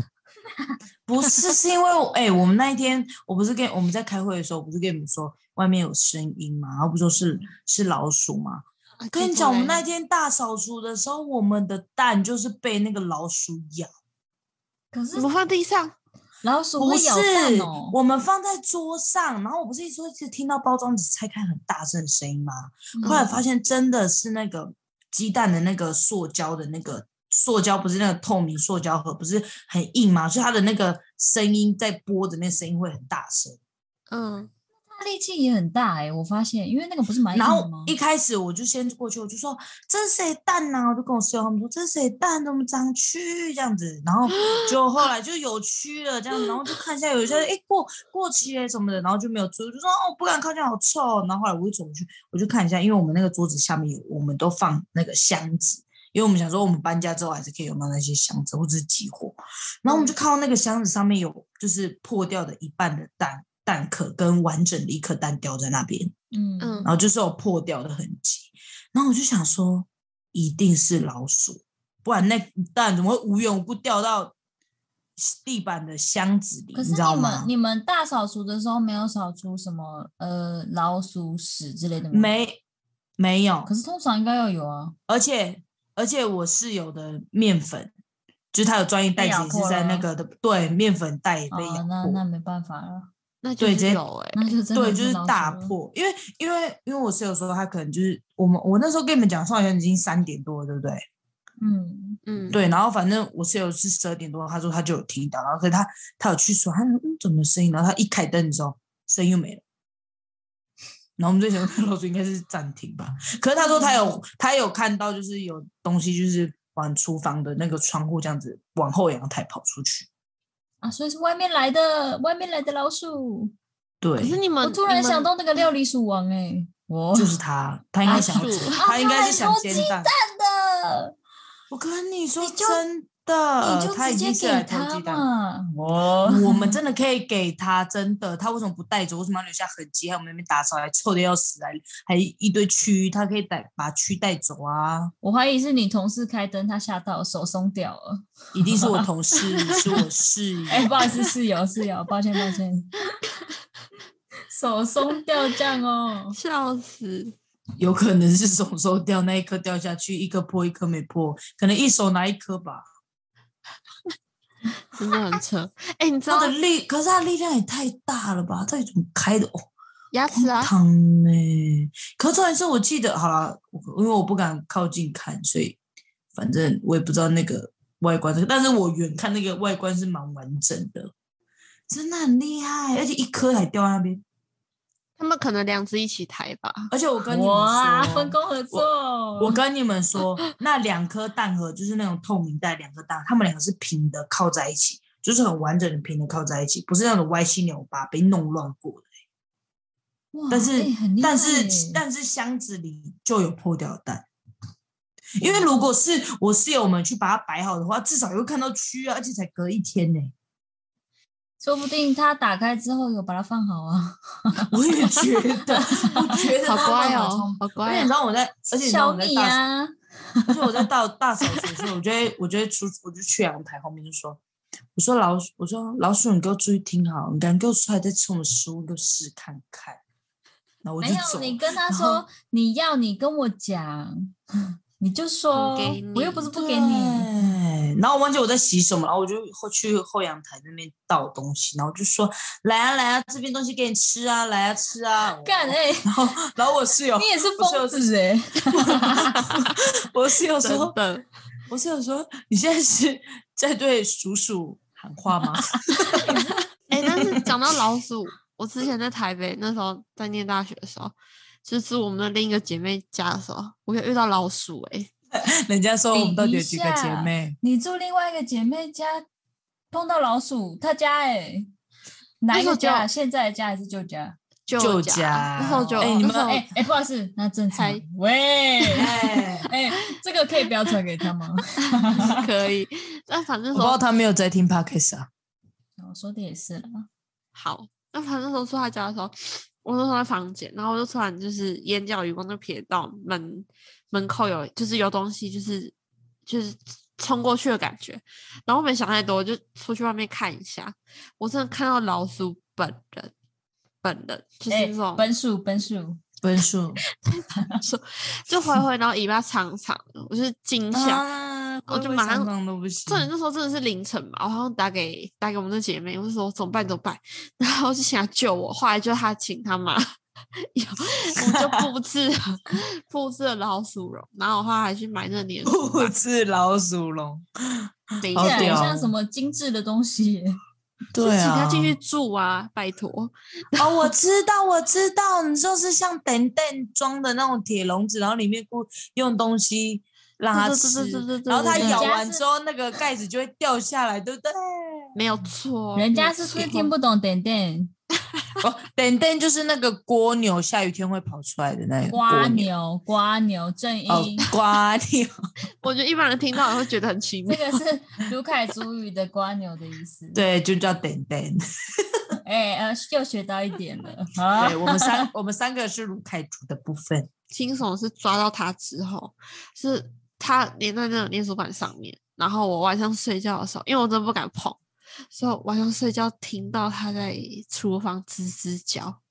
[SPEAKER 1] 不是，是因为我哎、我们那一天我不是跟我们在开会的时候，我不是跟你们说外面有声音嘛，然后不说
[SPEAKER 2] 嗯
[SPEAKER 1] 是是老鼠嘛。
[SPEAKER 2] 啊
[SPEAKER 1] 跟你
[SPEAKER 2] 寄过
[SPEAKER 1] 讲，我
[SPEAKER 2] 来
[SPEAKER 1] 们那天大扫除的时候，我们的蛋就是被那个老鼠咬，
[SPEAKER 3] 可是
[SPEAKER 2] 我们放地上，
[SPEAKER 3] 老鼠
[SPEAKER 1] 不
[SPEAKER 3] 会
[SPEAKER 1] 是
[SPEAKER 3] 咬蛋哦，。
[SPEAKER 1] 我们放在桌上，然后我不是一说就听到包装纸拆开很大声的声音吗？后来
[SPEAKER 2] 嗯
[SPEAKER 1] 发现真的是那个鸡蛋的那个塑胶的那个塑胶，不是那个透明塑胶盒，不是很硬嘛，所以它的那个声音在播的那声音会很大声。
[SPEAKER 2] 嗯，
[SPEAKER 3] 它力气也很大哎、我发现，因为那个不是蛮硬
[SPEAKER 1] 然
[SPEAKER 3] 的
[SPEAKER 1] 后
[SPEAKER 3] 吗？
[SPEAKER 1] 一开始我就先过去，我就说这是谁蛋呐、我就跟我室友他们说这是谁蛋，怎么长蛆这样子。然
[SPEAKER 3] (gasps)
[SPEAKER 1] 后就后来就有蛆了这样，然后就看一下有一些哎过过期了什么的，然后就没有出，就说哦不敢靠近，好臭哦。然后后来我就走过去，我就看一下，因为我们那个桌子下面有我们都放那个箱子。因为我们想说，我们搬家之后还是可以用到那些箱子或者是集货，然后我们
[SPEAKER 3] 嗯
[SPEAKER 1] 就看到那个箱子上面有就是破掉的一半的蛋蛋壳跟完整的一颗蛋掉在那边，
[SPEAKER 3] 嗯
[SPEAKER 2] 嗯
[SPEAKER 1] 然后就是有破掉的痕迹。然后我就想说，一定是老鼠，不然那蛋怎么会无缘无故掉到地板的箱子里？
[SPEAKER 3] 可
[SPEAKER 1] 你
[SPEAKER 3] 是
[SPEAKER 1] 知道
[SPEAKER 3] 你
[SPEAKER 1] 吗
[SPEAKER 3] 们？你们大扫除的时候没有扫出什么呃老鼠屎之类的吗？。
[SPEAKER 1] 没没有
[SPEAKER 3] 可，是通常应该要有啊。
[SPEAKER 1] 而且而且我室友的面粉，就是他有专业袋子，
[SPEAKER 3] 咬
[SPEAKER 1] 也
[SPEAKER 3] 破
[SPEAKER 1] 是在那
[SPEAKER 3] 了
[SPEAKER 1] 个的对面粉袋也
[SPEAKER 3] 啊
[SPEAKER 1] 被咬，
[SPEAKER 3] 那
[SPEAKER 1] 破。
[SPEAKER 3] 那没办法了，
[SPEAKER 2] 那就
[SPEAKER 1] 对直
[SPEAKER 2] 是
[SPEAKER 1] 接
[SPEAKER 2] 有哎，
[SPEAKER 3] 那就真的
[SPEAKER 1] 对，就是
[SPEAKER 3] 老鼠
[SPEAKER 1] 大
[SPEAKER 3] 了。
[SPEAKER 1] 破，因为因为因为我室友说他可能就是我们我那时候跟你们讲，上好像已经三点多了，对不对？
[SPEAKER 3] 嗯，
[SPEAKER 2] 嗯，
[SPEAKER 1] 对，然后反正我室友是十二点多，他说他就有听到，然后可是他他有去说，他说嗯怎么有声音？然后他一开灯的时候，声音又没了。然后我们就想 (laughs) 说，老鼠应该是暂停吧。可是他说他有他有看到，就是有东西就是往厨房的那个窗户这样子往后阳台跑出去。
[SPEAKER 3] 啊，所以是外面来的，外面来的老鼠。
[SPEAKER 1] 对
[SPEAKER 2] 可，是你们
[SPEAKER 3] 我突然
[SPEAKER 2] 你们
[SPEAKER 3] 想到那个料理鼠王哎、我
[SPEAKER 1] 就是他，他应该想要
[SPEAKER 2] 老鼠
[SPEAKER 1] 吃，他应该是
[SPEAKER 3] 啊
[SPEAKER 1] 想煎蛋。
[SPEAKER 3] 的，
[SPEAKER 1] 我跟你说
[SPEAKER 3] 你就
[SPEAKER 1] 真的，
[SPEAKER 3] 你就
[SPEAKER 1] 呃他已
[SPEAKER 3] 直接
[SPEAKER 1] 经是来
[SPEAKER 3] 给
[SPEAKER 1] 投
[SPEAKER 3] 他
[SPEAKER 1] 鸡蛋了。
[SPEAKER 3] 嘛。我
[SPEAKER 1] 我们真的可以给他，真的，他为什么不带走？为什么要留下痕迹？还有我们那边打扫还臭的要死，还还一堆蛆，他可以带把蛆带走啊！
[SPEAKER 3] 我怀疑是你同事开灯，他吓到手松掉了。
[SPEAKER 1] 一定是我同事，是我室 (laughs) 友。
[SPEAKER 3] 哎、不好意思，室友室友，抱歉抱歉，手松掉这样哦。
[SPEAKER 2] (laughs) 笑死，
[SPEAKER 1] 有可能是手手掉那一颗掉下去，一颗破一颗没破，可能一手拿一颗吧。
[SPEAKER 2] 真的很扯。
[SPEAKER 1] (laughs)
[SPEAKER 2] 哎，你知道
[SPEAKER 1] 他的力，可是他的力量也太大了吧？到底怎么开的？哦，
[SPEAKER 2] 牙齿啊？
[SPEAKER 1] 汤呢、可重点是我记得，好了，我因为我不敢靠近看，所以反正我也不知道那个外观，但是我远看那个外观是蛮完整的，真的很厉害，而且一颗还掉在那边。
[SPEAKER 2] 他们可能两只一起抬吧。
[SPEAKER 1] 而且我跟你们
[SPEAKER 3] 哇，
[SPEAKER 1] 说，
[SPEAKER 3] 分工合作，
[SPEAKER 1] 我跟你们说， (laughs) 那两颗蛋盒就是那种透明袋，两颗蛋，它们两个是平的靠在一起，就是很完整的平的靠在一起，不是那种歪七扭八被弄乱过的。
[SPEAKER 3] 哇，
[SPEAKER 1] 但是、
[SPEAKER 3] 哎很厉害
[SPEAKER 1] 但
[SPEAKER 3] 耶
[SPEAKER 1] 是但是箱子里就有破掉的蛋，因为如果是我室友们去把它摆好的话，至少也会看到蛆啊，而且才隔一天呢、
[SPEAKER 3] 说不定他打开之后有把它放好啊。
[SPEAKER 1] 我也觉
[SPEAKER 3] (laughs)
[SPEAKER 1] 得，我觉得他
[SPEAKER 2] 好
[SPEAKER 1] 们
[SPEAKER 2] 乖
[SPEAKER 1] 好聪
[SPEAKER 2] 哦，好
[SPEAKER 1] 而且
[SPEAKER 2] 乖
[SPEAKER 1] 你知
[SPEAKER 2] 哦。
[SPEAKER 1] 道我在，而且你知道
[SPEAKER 3] 小
[SPEAKER 1] 我在
[SPEAKER 3] 米
[SPEAKER 1] 大扫，
[SPEAKER 3] 啊，
[SPEAKER 1] 而且我在大大扫除的时候，我就会我就会出，我就去阳台后面就说，我说老鼠，我说老鼠，你给我注意听好，你敢给我出来再吃我们食物，你给我试看看。然后我
[SPEAKER 3] 没
[SPEAKER 1] 就走
[SPEAKER 3] 有，
[SPEAKER 1] 了，
[SPEAKER 3] 你跟他
[SPEAKER 1] 然
[SPEAKER 3] 说你要，你跟我讲，你就说，
[SPEAKER 2] 给你
[SPEAKER 3] 我又不是不给你。
[SPEAKER 1] 对。然后我忘记我在洗什么，然后我就后去后阳台那边倒东西，然后我就说来啊来啊，这边东西给你吃啊，来啊吃啊。
[SPEAKER 3] 干
[SPEAKER 1] 我
[SPEAKER 3] 哎、
[SPEAKER 1] 然后然哦后我室友
[SPEAKER 3] 你，也是
[SPEAKER 1] 不是
[SPEAKER 3] 疯子哎、
[SPEAKER 1] 我室友
[SPEAKER 2] 真
[SPEAKER 1] 说，
[SPEAKER 2] 的，
[SPEAKER 1] 我室友说你现在是在对鼠鼠喊话
[SPEAKER 2] (laughs)
[SPEAKER 1] 吗？
[SPEAKER 2] 哎、但是讲到老鼠，我之前在台北那时候在念大学的时候，就是住我们的另一个姐妹家的时候，我有遇到老鼠、哎，
[SPEAKER 1] 人家说我们到底有几个
[SPEAKER 3] 比一
[SPEAKER 1] 姐
[SPEAKER 3] 下
[SPEAKER 1] 妹？
[SPEAKER 3] 你住另外一个姐妹家，碰到老鼠，她家哎、哪
[SPEAKER 2] 那
[SPEAKER 3] 一
[SPEAKER 2] 时
[SPEAKER 3] 个
[SPEAKER 2] 候就
[SPEAKER 3] 家？现在的家还是旧家？
[SPEAKER 2] 舅
[SPEAKER 1] 舅
[SPEAKER 2] 家， (laughs) 那时候
[SPEAKER 1] 家
[SPEAKER 2] 就，
[SPEAKER 1] 哎你
[SPEAKER 2] 哦
[SPEAKER 1] 们
[SPEAKER 2] 那时候 (laughs)
[SPEAKER 3] 哎哎、不好意思，那正常
[SPEAKER 2] 才。
[SPEAKER 3] 喂，
[SPEAKER 1] 哎，
[SPEAKER 3] 哎、这个可以不要传给他吗？ (laughs)
[SPEAKER 2] 可以，但反正
[SPEAKER 1] 我不
[SPEAKER 2] 那时
[SPEAKER 1] 知道
[SPEAKER 2] 候
[SPEAKER 1] 他没有在听 podcast 啊。
[SPEAKER 3] 我哦说的也是啦，
[SPEAKER 2] 好，那反正那时候住他家的时候，我那时候在房间，然后我就突然就是眼角余光就瞥到门门口有就是有东西就是就是冲过去的感觉，然后我没想太多，我就出去外面看一下，我真的看到老鼠本人。本人就是
[SPEAKER 3] 哎、
[SPEAKER 2] 那种、
[SPEAKER 3] 本鼠本鼠，
[SPEAKER 1] 分
[SPEAKER 2] (laughs)
[SPEAKER 1] 数
[SPEAKER 2] 就回回，然后尾巴长长的，我就是惊吓。
[SPEAKER 1] 啊，
[SPEAKER 2] 我哦
[SPEAKER 1] 龟
[SPEAKER 2] 就
[SPEAKER 1] 龟
[SPEAKER 2] 马上
[SPEAKER 1] 上上都不行 (laughs)
[SPEAKER 2] 重。点那时候真的是凌晨吧，我好像打给打给我们的姐妹，我就说怎么办怎么办， (laughs) 然后就请她救我，后来就她请她妈，有我们就布置了 (laughs) 布置了老鼠笼，然后我后来还去买那个粘鼠
[SPEAKER 1] 不
[SPEAKER 2] 板，
[SPEAKER 1] 是老鼠笼，
[SPEAKER 2] 等一
[SPEAKER 1] 哦好
[SPEAKER 3] 这
[SPEAKER 2] 下
[SPEAKER 3] 很
[SPEAKER 1] 屌哦
[SPEAKER 3] 像什么精致的东西耶、
[SPEAKER 2] 就
[SPEAKER 1] 对
[SPEAKER 2] 请
[SPEAKER 1] 啊，
[SPEAKER 2] 她进去住啊，拜托，
[SPEAKER 1] 哦，我知道，我知道，你就是像等等装的那种铁笼子，然后里面固用东西让它
[SPEAKER 2] 对
[SPEAKER 1] 吃
[SPEAKER 2] 对对对对，对
[SPEAKER 1] 然后它
[SPEAKER 2] 对
[SPEAKER 1] 咬
[SPEAKER 3] 人家
[SPEAKER 1] 完
[SPEAKER 3] 是
[SPEAKER 1] 之后，那个盖子就会掉下来，对不对？
[SPEAKER 2] 没有错，
[SPEAKER 3] 人
[SPEAKER 2] 没
[SPEAKER 3] 家
[SPEAKER 2] 有
[SPEAKER 3] 是不是
[SPEAKER 2] 错
[SPEAKER 3] 听不懂点点？
[SPEAKER 1] 哦，等等就是那个蜗牛，下雨天会跑出来的那个
[SPEAKER 3] 瓜
[SPEAKER 1] 蜗牛。
[SPEAKER 3] 牛瓜牛正音。
[SPEAKER 1] 哦，瓜牛， (laughs)
[SPEAKER 2] 我觉得一般人听到也会觉得很
[SPEAKER 3] (laughs)
[SPEAKER 2] 奇
[SPEAKER 3] 这
[SPEAKER 2] 妙，
[SPEAKER 3] 个是卢凯族语的“瓜牛”的意思。，
[SPEAKER 1] 对，就叫等等。
[SPEAKER 3] 哎、呃，又学到一点了啊
[SPEAKER 1] 对！我们三，我们三个是卢凯族的部分。
[SPEAKER 2] 惊悚是抓到它之后，是它粘在那种粘鼠板上面，然后我晚上睡觉的时候，因为我真的不敢碰，所以我晚上睡觉听到它在厨房吱吱叫。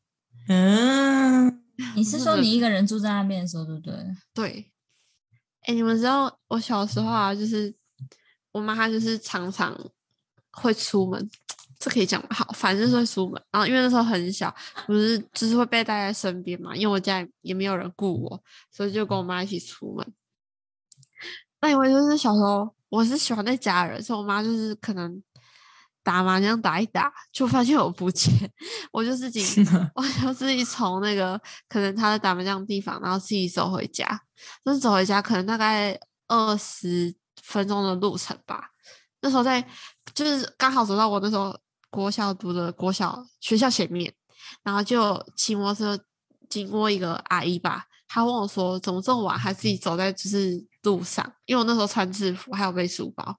[SPEAKER 1] 嗯，
[SPEAKER 3] 你是说你一个人住在那边的时候，对不对？
[SPEAKER 2] 对，哎，你们知道我小时候啊，就是我妈她就是常常会出门，这可以讲吗好，反正就是会出门。然后因为那时候很小，不是就是会被带在身边嘛，因为我家也没有人顾我，所以就跟我妈一起出门。那因为就是小时候我是喜欢在家的人，所以我妈就是可能打麻将打一打，就发现我不见，我就自己我就自己从那个可能他在打麻将的地方，然后自己走回家。那走回家可能大概二十分钟的路程吧。那时候在就是刚好走到我那时候国小读的国小学校前面，然后就骑摩托车经过一个阿姨吧，她问我说怎么这么晚还自己走在就是路上，因为我那时候穿制服还有背书包，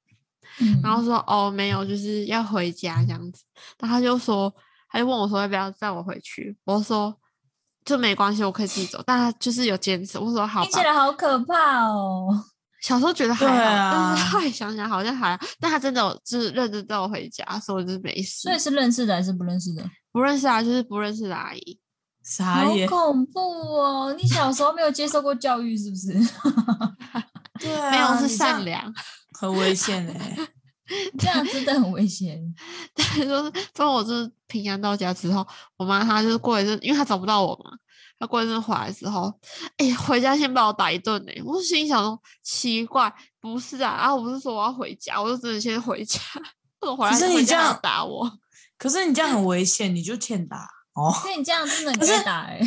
[SPEAKER 3] 嗯
[SPEAKER 2] 然后说哦没有，就是要回家这样子。然后他就说，他就问我说要不要载我回去，我说这没关系，我可以自己走。但他就是有坚持，我说好
[SPEAKER 3] 听起
[SPEAKER 2] 吧。
[SPEAKER 3] 来好可怕哦！
[SPEAKER 2] 小时候觉得还好，
[SPEAKER 1] 对
[SPEAKER 2] 但是
[SPEAKER 1] 啊
[SPEAKER 2] 后来想想好像还好，但他真的有就是认真带我回家，所以我就是没事
[SPEAKER 3] 所。以是认识的还是不认识的？
[SPEAKER 2] 不认识啊，就是不认识的阿姨。
[SPEAKER 1] 傻
[SPEAKER 3] 好
[SPEAKER 1] 眼。
[SPEAKER 3] 恐怖哦！你小时候没有接受过教育是不是？ (laughs)
[SPEAKER 1] 对啊，
[SPEAKER 2] 没有是
[SPEAKER 1] 你这样
[SPEAKER 2] 善，良， (laughs)
[SPEAKER 1] 很危险哎。
[SPEAKER 3] 这样真的很危险。
[SPEAKER 2] 但是就是当我就是平安到家之后，我妈她就是过一阵，因为她找不到我嘛，她过一阵回来之后，哎、回家先把我打一顿呢、我心里想说奇怪，不是啊，啊，我不是说我要回家，我就真的先回家，为什么回来
[SPEAKER 1] 可是你
[SPEAKER 2] 回家
[SPEAKER 1] 这
[SPEAKER 2] 还要
[SPEAKER 1] 样
[SPEAKER 2] 打我？
[SPEAKER 1] (laughs) 可是你这样很危险，你就欠打哦。
[SPEAKER 3] 那你这样真的很该打哎、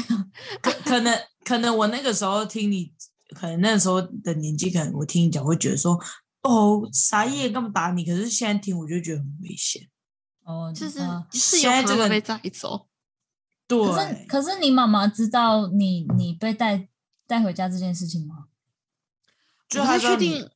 [SPEAKER 1] 可可能可能我那个时候听你，可能那时候的年纪，可能我听你讲会觉得说，哦，傻眼干嘛打你？可是现在听我就觉得很危险。
[SPEAKER 3] 哦，
[SPEAKER 2] 就是、
[SPEAKER 3] 啊
[SPEAKER 2] 是
[SPEAKER 1] 嗯
[SPEAKER 2] 有
[SPEAKER 1] 现在
[SPEAKER 2] 可
[SPEAKER 1] 这个
[SPEAKER 2] 能会被带走，
[SPEAKER 1] 对，
[SPEAKER 3] 可是可是你妈妈知道你你被带带回家这件事情吗？
[SPEAKER 1] 就
[SPEAKER 2] 我
[SPEAKER 1] 还
[SPEAKER 2] 不
[SPEAKER 1] 是要
[SPEAKER 2] 确
[SPEAKER 1] 你
[SPEAKER 2] 定，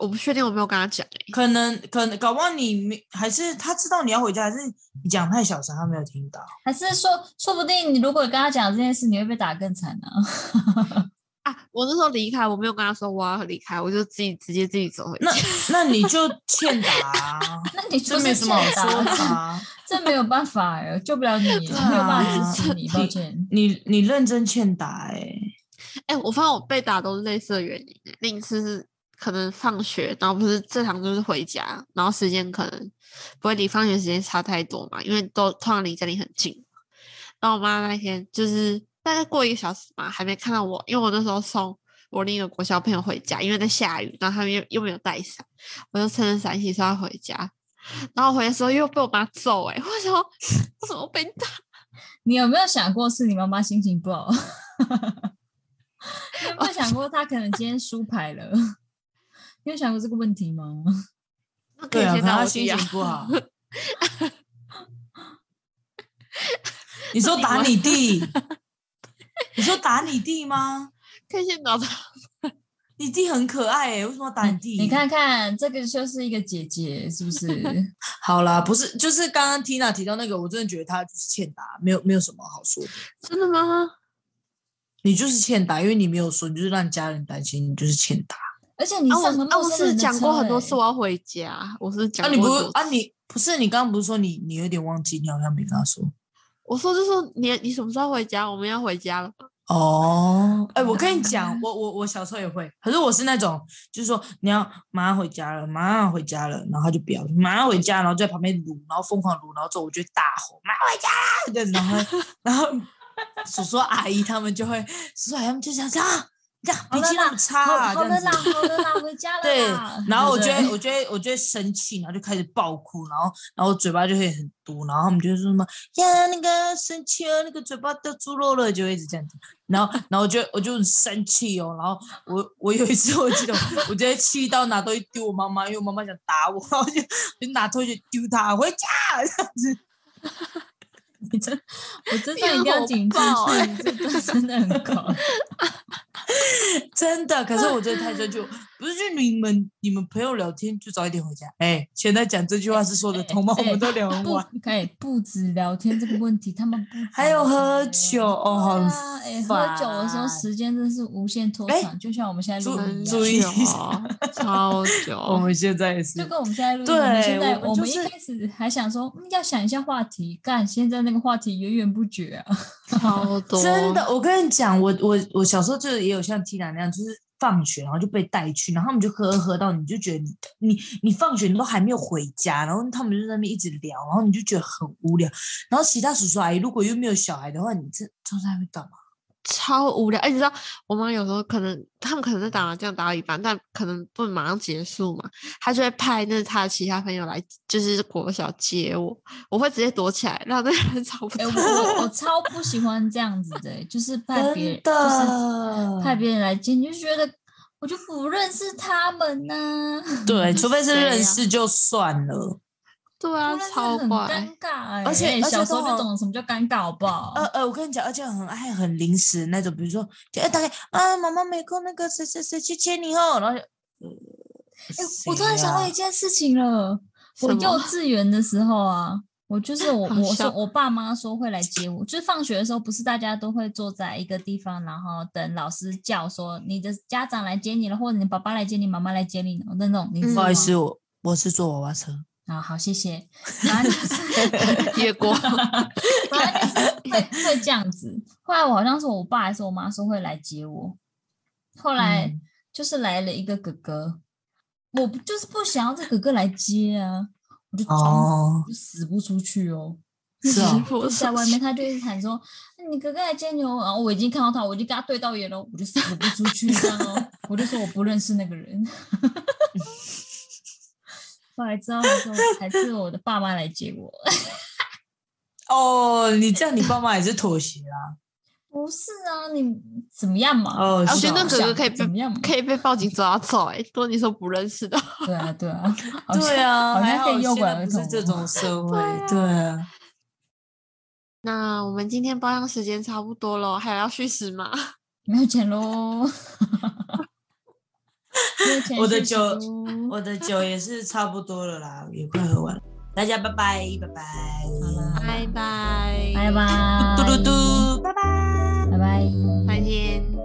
[SPEAKER 2] 我不确定，我没有跟他讲哎、
[SPEAKER 1] 可能可能搞不好你没还是他知道你要回家，还是你讲太小声他没有听到？
[SPEAKER 3] 还是说，说不定你如果跟他讲这件事，你会被打更惨呢、啊？ (laughs)
[SPEAKER 2] 啊，我那时候离开，我没有跟他说我要离开，我就自己直接自己走回
[SPEAKER 3] (laughs)，
[SPEAKER 1] 那
[SPEAKER 2] 家。
[SPEAKER 1] 那你就欠打、啊
[SPEAKER 3] 那你
[SPEAKER 1] 这
[SPEAKER 3] 就
[SPEAKER 1] 没
[SPEAKER 3] 是
[SPEAKER 1] 什么好
[SPEAKER 3] 欠
[SPEAKER 1] 说的、
[SPEAKER 3] 打，
[SPEAKER 1] 啊。
[SPEAKER 3] (laughs) 这没有办法哎、救不了你，没有
[SPEAKER 1] 啊
[SPEAKER 3] 办法支持你，抱歉。
[SPEAKER 1] 你你认真欠打哎、
[SPEAKER 2] 哎、我发现我被打都是类似的原因、欸。另一次是可能放学，然后不是正常就是回家，然后时间可能不会离放学时间差太多嘛，因为都通常离家里很近。然后我妈那天就是大概过一个小时嘛，还没看到我，因为我那时候送我另一个国小朋友回家，因为在下雨，然后他们又又没有带伞，我就撑着伞一起说要回家。然后回来的时候又被我妈揍哎、欸，我想说 (laughs) 我怎么被打？
[SPEAKER 3] 你有没有想过是你妈妈心情不好？ (laughs) 你有
[SPEAKER 2] 哦
[SPEAKER 3] 没有想过她可能今天输牌了？你有想过这个问题吗？
[SPEAKER 2] 那可以
[SPEAKER 1] 对啊，可能
[SPEAKER 2] 先打
[SPEAKER 1] 他
[SPEAKER 2] 我
[SPEAKER 1] 心
[SPEAKER 2] 弟
[SPEAKER 1] 情
[SPEAKER 2] 啊。
[SPEAKER 1] 不
[SPEAKER 2] (laughs)
[SPEAKER 1] 好。你说打你弟？ (laughs) 你说打你弟吗？
[SPEAKER 2] 可以先打他 (laughs)
[SPEAKER 1] 你弟很可爱哎、为什么要打你弟？
[SPEAKER 3] 你看看，这个就是一个姐姐，是不是？
[SPEAKER 1] 好啦，不是，就是刚刚 Tina 提到那个，我真的觉得他就是欠打，没有没有什么好说的。
[SPEAKER 2] 真的吗？
[SPEAKER 1] 你就是欠打，因为你没有说，你就是让家人担心，你就是欠打。
[SPEAKER 3] 而且你
[SPEAKER 2] 啊，我
[SPEAKER 3] 上了
[SPEAKER 2] 啊，
[SPEAKER 3] 陌
[SPEAKER 2] 我
[SPEAKER 3] 生
[SPEAKER 2] 是
[SPEAKER 3] 人的
[SPEAKER 2] 讲过
[SPEAKER 3] 车
[SPEAKER 2] 很多
[SPEAKER 3] 欸
[SPEAKER 2] 次我要回家，我是讲
[SPEAKER 1] 啊，
[SPEAKER 2] 过
[SPEAKER 1] 你不
[SPEAKER 2] 很多
[SPEAKER 1] 啊
[SPEAKER 2] 次，
[SPEAKER 1] 你不是你刚刚不是说你你有点忘记，你好像没跟他说
[SPEAKER 2] 我说就说你你什么时候回家？我们要回家了吗。
[SPEAKER 1] 哦。哎、我跟你讲，我我我小时候也会，可是我是那种就是说你要马上回家了，马上回家了，然后他就不要，马上回家，然后就在旁边撸，然后疯狂撸，然后之后我就大吼马上回家啦，这样然后
[SPEAKER 3] (laughs)
[SPEAKER 1] 然后叔叔阿姨他们就会，叔叔阿姨他们就想这样这样脾
[SPEAKER 3] 了
[SPEAKER 1] 气那
[SPEAKER 3] 啦
[SPEAKER 1] 么差、
[SPEAKER 3] 欸好
[SPEAKER 1] 啊，
[SPEAKER 3] 好
[SPEAKER 1] 这样
[SPEAKER 3] 了
[SPEAKER 1] 子
[SPEAKER 3] 啦，好了啦，回家了
[SPEAKER 1] 对
[SPEAKER 3] 啦。，
[SPEAKER 1] 然后我
[SPEAKER 3] 对
[SPEAKER 1] 就
[SPEAKER 3] 不对
[SPEAKER 1] 会，我就会，我就会生气，然后就开始爆哭，然后，然后嘴巴就会很毒，然后他们就说什么呀，那个生气了，那个嘴巴掉猪肉了，就会一直这样子，然后，然后我就我就很生气哦，然后我我有一次我记得我，我直接气到拿东西丢我妈妈，因为我妈妈想打我，然后就就拿东西丢她回家这样子，
[SPEAKER 3] 你真，我真
[SPEAKER 2] (laughs)
[SPEAKER 3] 的一定要警
[SPEAKER 2] 你很火爆
[SPEAKER 3] 告
[SPEAKER 2] 欸
[SPEAKER 3] 你这段真的很高。
[SPEAKER 1] 真的，可是我真的太生气了，不是就你们你们朋友聊天就早一点回家，哎，现在讲这句话是说得通吗？我们都聊完
[SPEAKER 3] 不。，哎，不止聊天这个问题，他们不止
[SPEAKER 1] (laughs) 还有喝
[SPEAKER 3] 聊天
[SPEAKER 1] 酒哦
[SPEAKER 3] 对啊
[SPEAKER 1] 好
[SPEAKER 3] 哎，
[SPEAKER 1] 烦
[SPEAKER 3] 喝酒的时候时间真是无限拖
[SPEAKER 1] 哎
[SPEAKER 3] 长，就像我们现在
[SPEAKER 1] 注
[SPEAKER 3] 录音一
[SPEAKER 1] 注
[SPEAKER 3] 样。
[SPEAKER 1] 意
[SPEAKER 2] 很
[SPEAKER 1] 一哦
[SPEAKER 2] 久哦，超
[SPEAKER 1] 我
[SPEAKER 2] 久。
[SPEAKER 1] 们现在也是
[SPEAKER 3] 就跟我们现在录音，
[SPEAKER 1] 对
[SPEAKER 3] 我们现在
[SPEAKER 1] 我们
[SPEAKER 3] 我们
[SPEAKER 1] 就
[SPEAKER 3] 一
[SPEAKER 1] 是
[SPEAKER 3] 开始还想说，嗯，要想一下话题，干，现在那个话题源源不绝啊。 (laughs)
[SPEAKER 2] 超
[SPEAKER 1] (laughs)
[SPEAKER 2] 多，
[SPEAKER 1] 真的，我跟你讲，我我我小时候就是也有像 Tina 那样，就是放学然后就被带去，然后他们就喝喝到，你就觉得你你你放学你都还没有回家，然后他们就在那边一直聊，然后你就觉得很无聊。然后其他叔叔阿姨如果又没有小孩的话，你这坐在那边干嘛？
[SPEAKER 2] 超无聊。哎，你知道我妈有时候可能他们可能在打麻将打到一半，但可能不能马上结束嘛，她就会派那她的其他朋友来，就是国小接我，我会直接躲起来，让那个人 (laughs) 找不
[SPEAKER 3] 哎，
[SPEAKER 2] 到
[SPEAKER 3] 我。我我超不喜欢这样子的，欸就是派别人，
[SPEAKER 1] 真
[SPEAKER 3] 就是
[SPEAKER 1] 的， (laughs)
[SPEAKER 3] 派别人来接，你就觉得我就不认识他们呢、
[SPEAKER 1] 对，除非是
[SPEAKER 2] 谁
[SPEAKER 1] 认
[SPEAKER 2] 呀
[SPEAKER 1] 识就算了。
[SPEAKER 2] 对啊，
[SPEAKER 3] 真的是
[SPEAKER 2] 超
[SPEAKER 3] 很
[SPEAKER 2] 怪。
[SPEAKER 3] 尴尬、欸。
[SPEAKER 1] 而且
[SPEAKER 3] 哎
[SPEAKER 1] 而且
[SPEAKER 3] 小时候
[SPEAKER 1] 通常
[SPEAKER 3] 就懂什么叫尴尬，好不好？
[SPEAKER 1] 呃呃，我跟你讲，而且很爱很临时那种，比如说，就哎、大概啊，妈妈没空，那个谁谁谁去接你哦，然后就，呃
[SPEAKER 3] 哎、我突然
[SPEAKER 1] 谁
[SPEAKER 3] 想到
[SPEAKER 1] 啊
[SPEAKER 3] 一件事情了，我
[SPEAKER 2] 什
[SPEAKER 3] 幼
[SPEAKER 2] 么 (laughs)
[SPEAKER 3] 稚园的时候啊，
[SPEAKER 1] (laughs)
[SPEAKER 3] 我就是我
[SPEAKER 2] 好
[SPEAKER 3] 我说
[SPEAKER 2] 笑
[SPEAKER 3] 我爸妈说会来接我，就是放学的时候，不是大家都会坐在一个地方，然后等老师叫说你的家长来接你了，或者你爸爸来接你，妈妈来接你了那种，你
[SPEAKER 2] 嗯
[SPEAKER 3] 知
[SPEAKER 1] 不
[SPEAKER 3] 道吗？
[SPEAKER 1] 好意思，我我是坐娃娃车，
[SPEAKER 3] 啊，好，谢谢。然后就是
[SPEAKER 2] 越过，
[SPEAKER 3] 反正就是会会这样子。后来我好像是我爸还是我妈说会来接我，后来
[SPEAKER 1] 嗯
[SPEAKER 3] 就是来了一个哥哥，我不就是不想要这哥哥来接啊，我就装死、
[SPEAKER 1] 哦，
[SPEAKER 3] 就死不出去哦。
[SPEAKER 1] (laughs) 是 (laughs) 哦，
[SPEAKER 3] 就在外面，他就一直喊说：“你哥哥来接你哦。”然后我已经看到他，我已经跟他对到眼了，我就死不出去这样哦。我就说我不认识那个人。 (laughs) 后来知道的时候，还是我的爸妈来接我。 (laughs)
[SPEAKER 1] 哦，你这样你爸妈也是妥协啊啦、
[SPEAKER 3] 不是啊，你怎么样嘛？
[SPEAKER 1] 哦
[SPEAKER 2] 我
[SPEAKER 1] 是
[SPEAKER 2] 觉得
[SPEAKER 1] 哦
[SPEAKER 2] 那哥哥可以
[SPEAKER 3] 怎么
[SPEAKER 2] 被
[SPEAKER 3] 样嘛？
[SPEAKER 2] 可以被报警抓走、欸，哎，多你说不认识的，
[SPEAKER 3] 对啊，
[SPEAKER 1] (laughs)
[SPEAKER 3] 对啊，好
[SPEAKER 1] (laughs)
[SPEAKER 3] 像
[SPEAKER 1] 对啊，
[SPEAKER 3] 好
[SPEAKER 1] 还好
[SPEAKER 3] 像可以诱
[SPEAKER 1] 现
[SPEAKER 3] 拐
[SPEAKER 1] 在 (laughs)
[SPEAKER 3] 儿
[SPEAKER 1] 不是
[SPEAKER 3] 童
[SPEAKER 1] 这
[SPEAKER 3] 哦
[SPEAKER 1] 种社会，
[SPEAKER 2] 对啊
[SPEAKER 1] 对啊，
[SPEAKER 2] 那我们今天包厢时间差不多了，还有要续时吗？
[SPEAKER 3] 没有钱
[SPEAKER 1] (laughs)
[SPEAKER 3] 喽。没有钱
[SPEAKER 1] 我的
[SPEAKER 3] 谢谢
[SPEAKER 1] 酒
[SPEAKER 3] 喽
[SPEAKER 1] 我的酒也是差不多了啦，也快喝完了，大家拜拜，拜拜，
[SPEAKER 3] 好啦
[SPEAKER 2] 拜拜，
[SPEAKER 3] 拜，拜，
[SPEAKER 1] 嘟嘟嘟，拜拜。
[SPEAKER 3] 拜拜，
[SPEAKER 2] 再见。